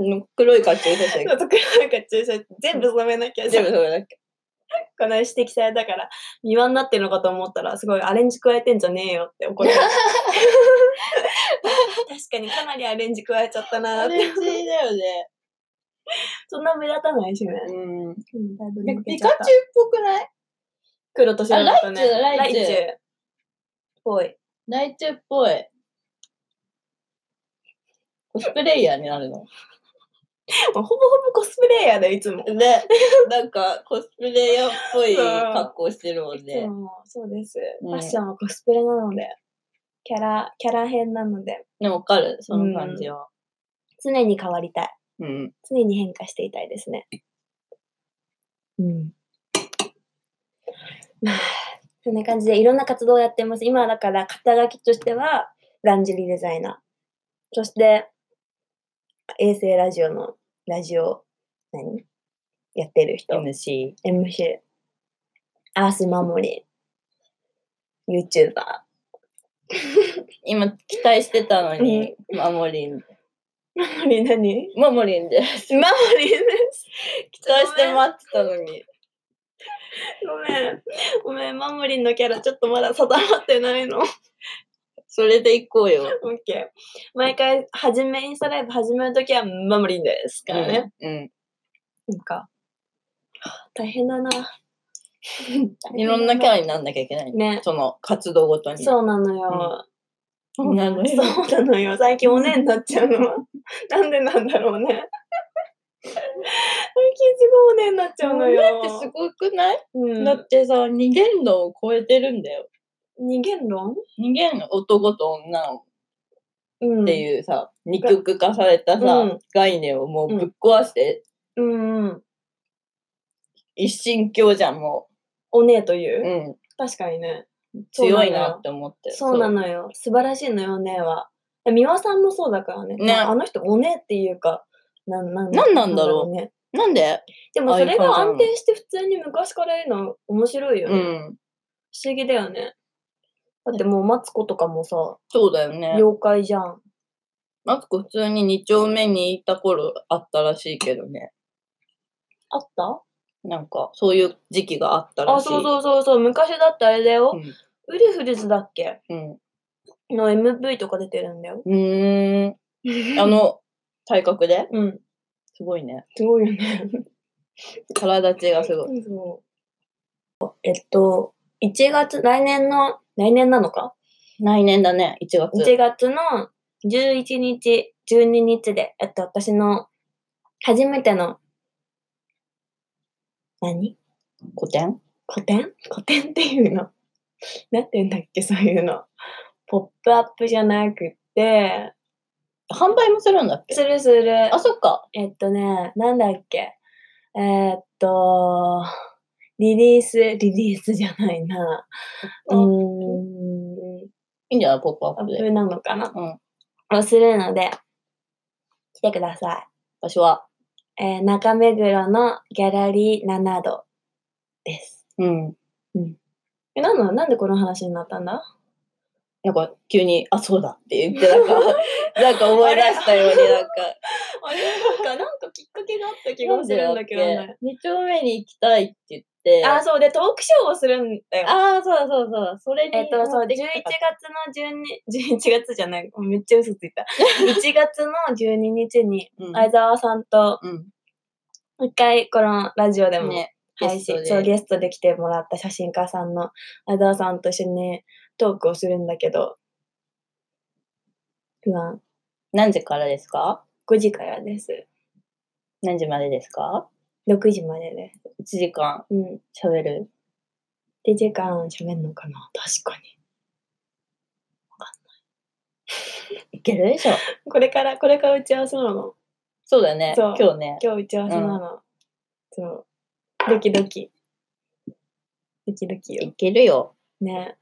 Speaker 2: の黒い甲冑写
Speaker 3: ち
Speaker 2: 真
Speaker 3: ょ。っとなんか注射、全部染めなきゃじゃ
Speaker 2: 全
Speaker 3: ん
Speaker 2: 部。それだけ。
Speaker 3: この指摘されたから、見輪になってるのかと思ったら、すごいアレンジ加えてんじゃねえよって怒られ
Speaker 2: *laughs*
Speaker 3: た。確かにかなりアレンジ加えちゃったな
Speaker 2: あ
Speaker 3: ーって。
Speaker 2: れだよね。
Speaker 3: そんな目立たないしね。
Speaker 2: うん。
Speaker 3: だいぶ
Speaker 2: なんか
Speaker 3: 抜け
Speaker 2: ピ
Speaker 3: ちゃ
Speaker 2: カ
Speaker 3: っ
Speaker 2: チュウったぽくない
Speaker 3: 黒と白だとね。
Speaker 2: あライチュウだライチュウ
Speaker 3: っぽい。
Speaker 2: ライチュウっぽい。コスプレイヤーになるの。
Speaker 3: ほぼほぼコスプレイヤーだよ、いつも。
Speaker 2: ね、なんかコスプレイヤーっぽい格好してるもん
Speaker 3: いつ
Speaker 2: ね。
Speaker 3: もそうです。
Speaker 2: うん
Speaker 3: ファッションはコスプレなので、キャラ、キャラ編なので、
Speaker 2: でもわかる、その感じは。
Speaker 3: 常に変わりたい。
Speaker 2: うん。
Speaker 3: 常に変化していたいですね。うん。まあ、そんな感じでいろんな活動をやってます。今はだから肩書きとしては、ランジェリーデザイナー。そして、衛星ラジオのラジオ、何やってる人。
Speaker 2: MC。
Speaker 3: MC、アース守り、YouTuber。 *laughs*
Speaker 2: 今期待してたのに、マモリン。
Speaker 3: 守り何
Speaker 2: マモリンです。
Speaker 3: 守りです。
Speaker 2: 期待して待ってたのに。
Speaker 3: ごめん。ごめん、守りのキャラちょっとまだ定まってないの。オッ
Speaker 2: それで行こうよ。
Speaker 3: ケー。毎回、始め、インスタライブ始めるときは、守りですからね。
Speaker 2: うん。
Speaker 3: なんか、大変だな。
Speaker 2: いろんなキャラになんなきゃいけない。
Speaker 3: ね。
Speaker 2: その活動ごとに。
Speaker 3: そうなのよ。
Speaker 2: そうなのよ
Speaker 3: そうなのよ。最近おねえになっちゃうのは。なんでなんだろうね。最近すごいおねえになっちゃうのよ。
Speaker 2: だってすごくない、
Speaker 3: うん
Speaker 2: だってさ、二元論を超えてるんだよ。
Speaker 3: 二元論
Speaker 2: 二元論男と女を
Speaker 3: っ
Speaker 2: って
Speaker 3: う。
Speaker 2: いうさ、二極化されたさ、
Speaker 3: うん
Speaker 2: 概念をもうぶっ壊して、
Speaker 3: うんうん。
Speaker 2: 一神教じゃん、も。
Speaker 3: おねえというう。
Speaker 2: うん。
Speaker 3: 確かにね。
Speaker 2: 強いなって思ってる。
Speaker 3: そうなのよ。素晴らしいのよ、おねえは。美輪さんもそうだからね。
Speaker 2: ね
Speaker 3: あの人、おねえっていうか、なんなん
Speaker 2: なんなんだろう
Speaker 3: ね。
Speaker 2: そう。なんで
Speaker 3: でもそれが
Speaker 2: ああいう感
Speaker 3: 安
Speaker 2: じなの
Speaker 3: 定して普通に昔からいるの面白いよ
Speaker 2: う
Speaker 3: ね。
Speaker 2: ん。
Speaker 3: 不思議だよね。だってもうマツコとかもさ、
Speaker 2: そうだよね。
Speaker 3: 妖怪じゃん。
Speaker 2: マツコ普通に二丁目にいた頃あったらしいけどね。
Speaker 3: あった
Speaker 2: なんか、そういう時期があったら
Speaker 3: あ、
Speaker 2: しい。
Speaker 3: そうそうそうそう。昔だってあれだよ。
Speaker 2: うん
Speaker 3: ウルフルズだっけ
Speaker 2: うん。
Speaker 3: の MV とか出てるんだよ。
Speaker 2: うーん。あの、体格で
Speaker 3: うん。
Speaker 2: すごいね。
Speaker 3: すごいよね。
Speaker 2: *laughs* 体立ちがすごい。
Speaker 3: そう。えっと、1月、来年の、来年なのか
Speaker 2: 来年だね、1月。
Speaker 3: ?1 月の11日、12日で、えっと、私の初めての、何
Speaker 2: 古典
Speaker 3: 古典古典っていうの。 *laughs* なんて言うんだっけ、そういうの。ポップアップじゃなくて、
Speaker 2: 販売もするんだっけ
Speaker 3: するする。
Speaker 2: あ、そっか。
Speaker 3: えっとね、なんだっけ。えーっと、リリース、リリースじゃないな。う
Speaker 2: あ
Speaker 3: ーん、
Speaker 2: いいんじゃないポップア
Speaker 3: ア
Speaker 2: ッ
Speaker 3: ッ
Speaker 2: プ
Speaker 3: プ
Speaker 2: で。
Speaker 3: なのかな
Speaker 2: うん。
Speaker 3: をするので、来てくださ
Speaker 2: 場所は。
Speaker 3: い。えー中目黒のギャラリー7度です。
Speaker 2: うん。
Speaker 3: え、なんのなんでこの話になったんだ
Speaker 2: なんか、急に、あ、そうだって言って、なん
Speaker 3: *laughs*
Speaker 2: か、なんか思い出したように、なんか。
Speaker 3: あれ *laughs* なんか、なんかきっかけがあった気
Speaker 2: なんでだっけ。二丁目に行きたいって言って。
Speaker 3: あ、そうで、トークショーをするんだよ。
Speaker 2: あー、そうだそうだそうだ。それに。
Speaker 3: えっと、そう、11月の12、11月じゃ *laughs* ない、めっちゃ嘘ついた。1月の12日に、
Speaker 2: うん。
Speaker 3: 相沢さんと、
Speaker 2: うん。
Speaker 3: 一回、このラジオでも、
Speaker 2: ね。
Speaker 3: 配信、
Speaker 2: ゲス
Speaker 3: そ
Speaker 2: ト
Speaker 3: う、
Speaker 2: で
Speaker 3: ゲストで来てもらった写真家さんの、相沢さんと一緒にトークをするんだけど、不安。
Speaker 2: 何時からですか
Speaker 3: 5時からです。
Speaker 2: 何時までですか
Speaker 3: 6時までです。
Speaker 2: ?1 時間
Speaker 3: うん。
Speaker 2: 喋る。
Speaker 3: で、時間喋んのかな確かに。
Speaker 2: いけるでしょ。
Speaker 3: これから、これから打ち合わせなの。
Speaker 2: そうだね。
Speaker 3: そう
Speaker 2: 今日ね。
Speaker 3: 今日打ち合わせなの。そう。ドキドキ。ドキドキよ。
Speaker 2: いけるよ。
Speaker 3: ね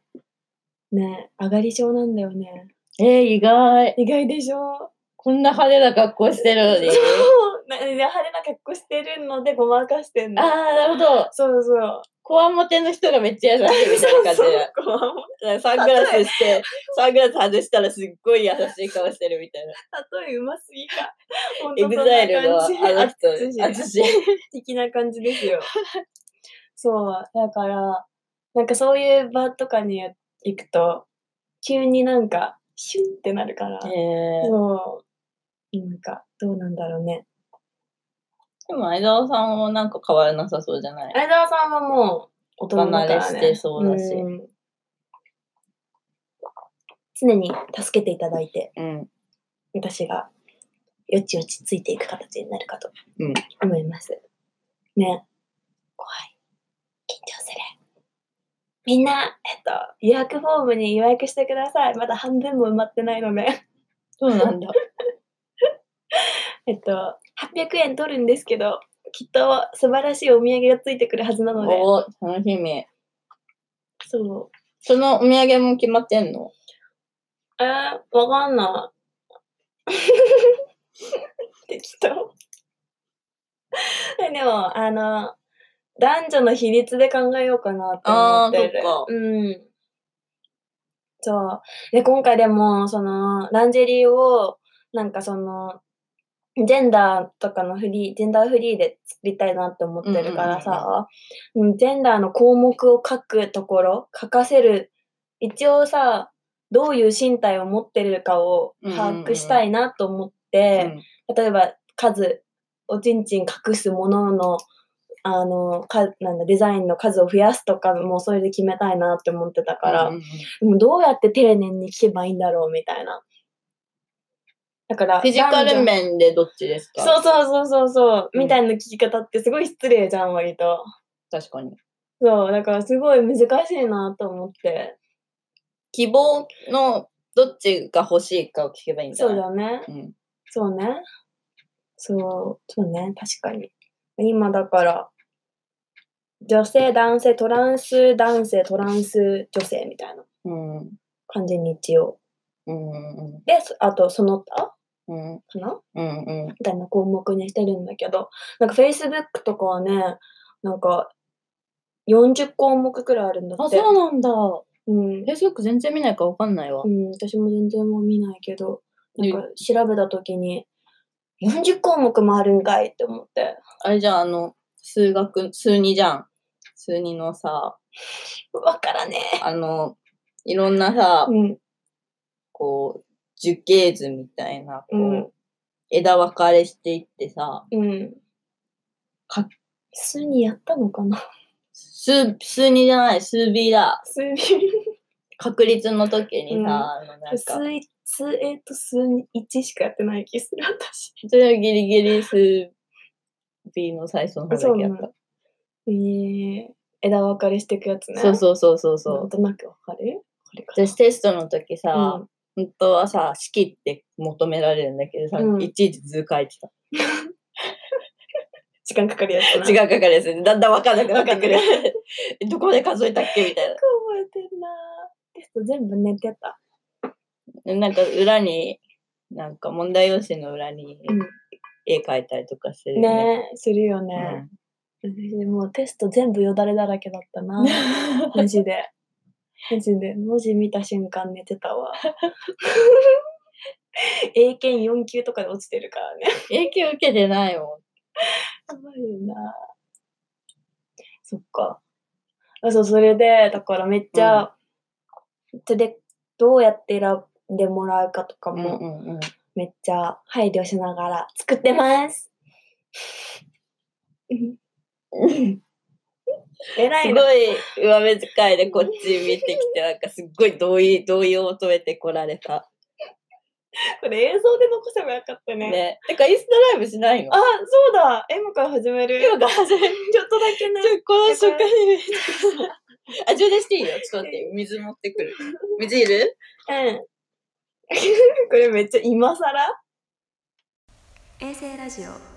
Speaker 3: ね上がり症なんだよね。
Speaker 2: えー、意外。
Speaker 3: 意外でしょ
Speaker 2: こんな派手な格好してるのに。
Speaker 3: そうなで派手な格好してるのでごまかしてん
Speaker 2: あー、
Speaker 3: の。
Speaker 2: なるほど。
Speaker 3: そうそう。
Speaker 2: こわもての人がめっちゃ優しいみたいな感じ
Speaker 3: そう
Speaker 2: で。
Speaker 3: そうこう
Speaker 2: サングラスして、サングラス外したらすっごい優しい顔してるみたいな。
Speaker 3: 例えうますぎか。ほんと
Speaker 2: エ
Speaker 3: そん
Speaker 2: グ
Speaker 3: な
Speaker 2: ザイルのあ
Speaker 3: 感じ
Speaker 2: の人、
Speaker 3: あ
Speaker 2: あ
Speaker 3: つ
Speaker 2: *laughs* つ
Speaker 3: し
Speaker 2: し。
Speaker 3: 的な感じですよ。そう、だから、なんかそういう場とかに行くと、急になんか、シュンってなるから、
Speaker 2: で
Speaker 3: そう、なんか、どうなんだろうね。
Speaker 2: も、相沢さんもなんか変わらなさそうじゃない
Speaker 3: 相沢さんはもう、大人だから、ね。
Speaker 2: 離れしてそうだし
Speaker 3: ん常に助けていただいて、
Speaker 2: うん。
Speaker 3: 私がよちよちついていく形になるかと
Speaker 2: うん
Speaker 3: 思います。ね。怖い。緊張する。みんな、えっと、予約フォームに予約してください。まだ半分も埋まってないので。
Speaker 2: そうなんだ。
Speaker 3: *laughs* えっと、800円取るんですけど、きっと素晴らしいお土産がついてくるはずなので、
Speaker 2: おお、楽しみ。
Speaker 3: そう。
Speaker 2: そのお土産も決まってんの
Speaker 3: えー、わかんない。 *laughs* 適当。えでも、あの、男女の比率で考えようかなって思って
Speaker 2: あー
Speaker 3: る。
Speaker 2: そっか
Speaker 3: うん。そう。で、今回でも、その、ランジェリーを、なんかその、ジェンダーとかのフリー、ジェンダーフリーで作りたいなって思ってるからさ、うんジェンダーの項目を書くところ、書かせる、一応さ、どういう身体を持ってるかを把握したいなと思って、例えば数、おちんちん隠すものの、あの、かなんだ、デザインの数を増やすとかもそれで決めたいなって思ってたから、
Speaker 2: うんうんフ
Speaker 3: でもどうやって丁寧に聞けばいいんだろうみたいな。だから、
Speaker 2: ィジカル
Speaker 3: 男女
Speaker 2: 面でどっちですか
Speaker 3: そうそうそうそうそう、
Speaker 2: うん
Speaker 3: みたいな聞き方ってすごい失礼じゃん、割と。
Speaker 2: 確かに。
Speaker 3: そう、だからすごい難しいなと思って。
Speaker 2: 希望のどっちが欲しいかを聞けばいいんじゃ
Speaker 3: そ
Speaker 2: な
Speaker 3: う
Speaker 2: い
Speaker 3: だね。
Speaker 2: うん、
Speaker 3: そうね。そう、そうね、確かに。今だから、女性、男性、トランス男性、トランス女性みたいな
Speaker 2: うん。
Speaker 3: 感じに一応。
Speaker 2: うん。
Speaker 3: で、そあと、その他
Speaker 2: うん。
Speaker 3: かな
Speaker 2: うん。うん。
Speaker 3: みたいな項目にしてるんだけど、なんか Facebook とかはね、なんか40項目くらいあるんだ
Speaker 2: あ、
Speaker 3: って。
Speaker 2: そうなんだ。
Speaker 3: うん。
Speaker 2: Facebook 全然見ないからわかんないわ
Speaker 3: う。ん、私も全然もう見ないけど、なんか調べたときに、40項目もあるんかいって思って。
Speaker 2: あれじゃん、あの、数学、数二じゃん。数二のさ、
Speaker 3: わからね
Speaker 2: あの、いろんなさ
Speaker 3: え。、うん。
Speaker 2: こう、樹形図みたいな、こう、
Speaker 3: うん
Speaker 2: 枝分かれしていってさ、
Speaker 3: うん。
Speaker 2: か
Speaker 3: 数にやったのかな
Speaker 2: 数、数二じゃない、数 B だ。
Speaker 3: *laughs* 数
Speaker 2: 確率の時にさ、あの、なんか、
Speaker 3: 数一、数えと数1しかやってない気する、
Speaker 2: *laughs*
Speaker 3: 私。
Speaker 2: それはギリギリ数 B の最初の方だけやった。
Speaker 3: ええ枝分かれしていくやつね。
Speaker 2: そうそうそうそう
Speaker 3: う
Speaker 2: そ
Speaker 3: なん
Speaker 2: う。
Speaker 3: となくわかるこれかな
Speaker 2: 私テストの時さ、
Speaker 3: うん
Speaker 2: 本当はさ、式って求められるんだけどさ、
Speaker 3: うん
Speaker 2: いちいち図書いてた。
Speaker 3: 時間かかるやつな。
Speaker 2: 違
Speaker 3: よ
Speaker 2: う書かれてだんだん分かんなくなってくる。 *laughs* えどこで数えたっけみたい
Speaker 3: く覚えてんな。テスト全部寝てた。
Speaker 2: な。なんか裏に、なんか問題用紙の裏に絵描いたりとかしてるよね。
Speaker 3: ねえ、するよね。私もうテスト全部よだれだらけだっ
Speaker 2: *laughs*
Speaker 3: たな。マジ *laughs* で。マジで。文字見た瞬間寝てた *laughs* わ。英検4級とかで落ちてるからね。
Speaker 2: 影響受けてないも
Speaker 3: やばいよな。そっか。あそう、それで、だからめっちゃ、それで、どうやって選んでもらうかとか
Speaker 2: ん。
Speaker 3: も、
Speaker 2: んうん。
Speaker 3: めっちゃ配慮しながら作って *laughs* ます。偉
Speaker 2: す
Speaker 3: い
Speaker 2: ご
Speaker 3: な。
Speaker 2: い上目遣いでこっち見て
Speaker 3: *laughs*
Speaker 2: きて、なんかすっごい同意、同意を求めてこられた。
Speaker 3: これ映像で残せばよかったね。
Speaker 2: ね。てか、インスタライブしないの
Speaker 3: あ、そうだ。今から始める。
Speaker 2: 今が初めて。
Speaker 3: ちょっとだけね。
Speaker 2: ちょこの瞬間に。 *laughs* あ、充電していいよ。ちょっと待って、水持ってくる。水いる
Speaker 3: うん。 *laughs* これめっちゃ今更
Speaker 1: 衛星ラジオ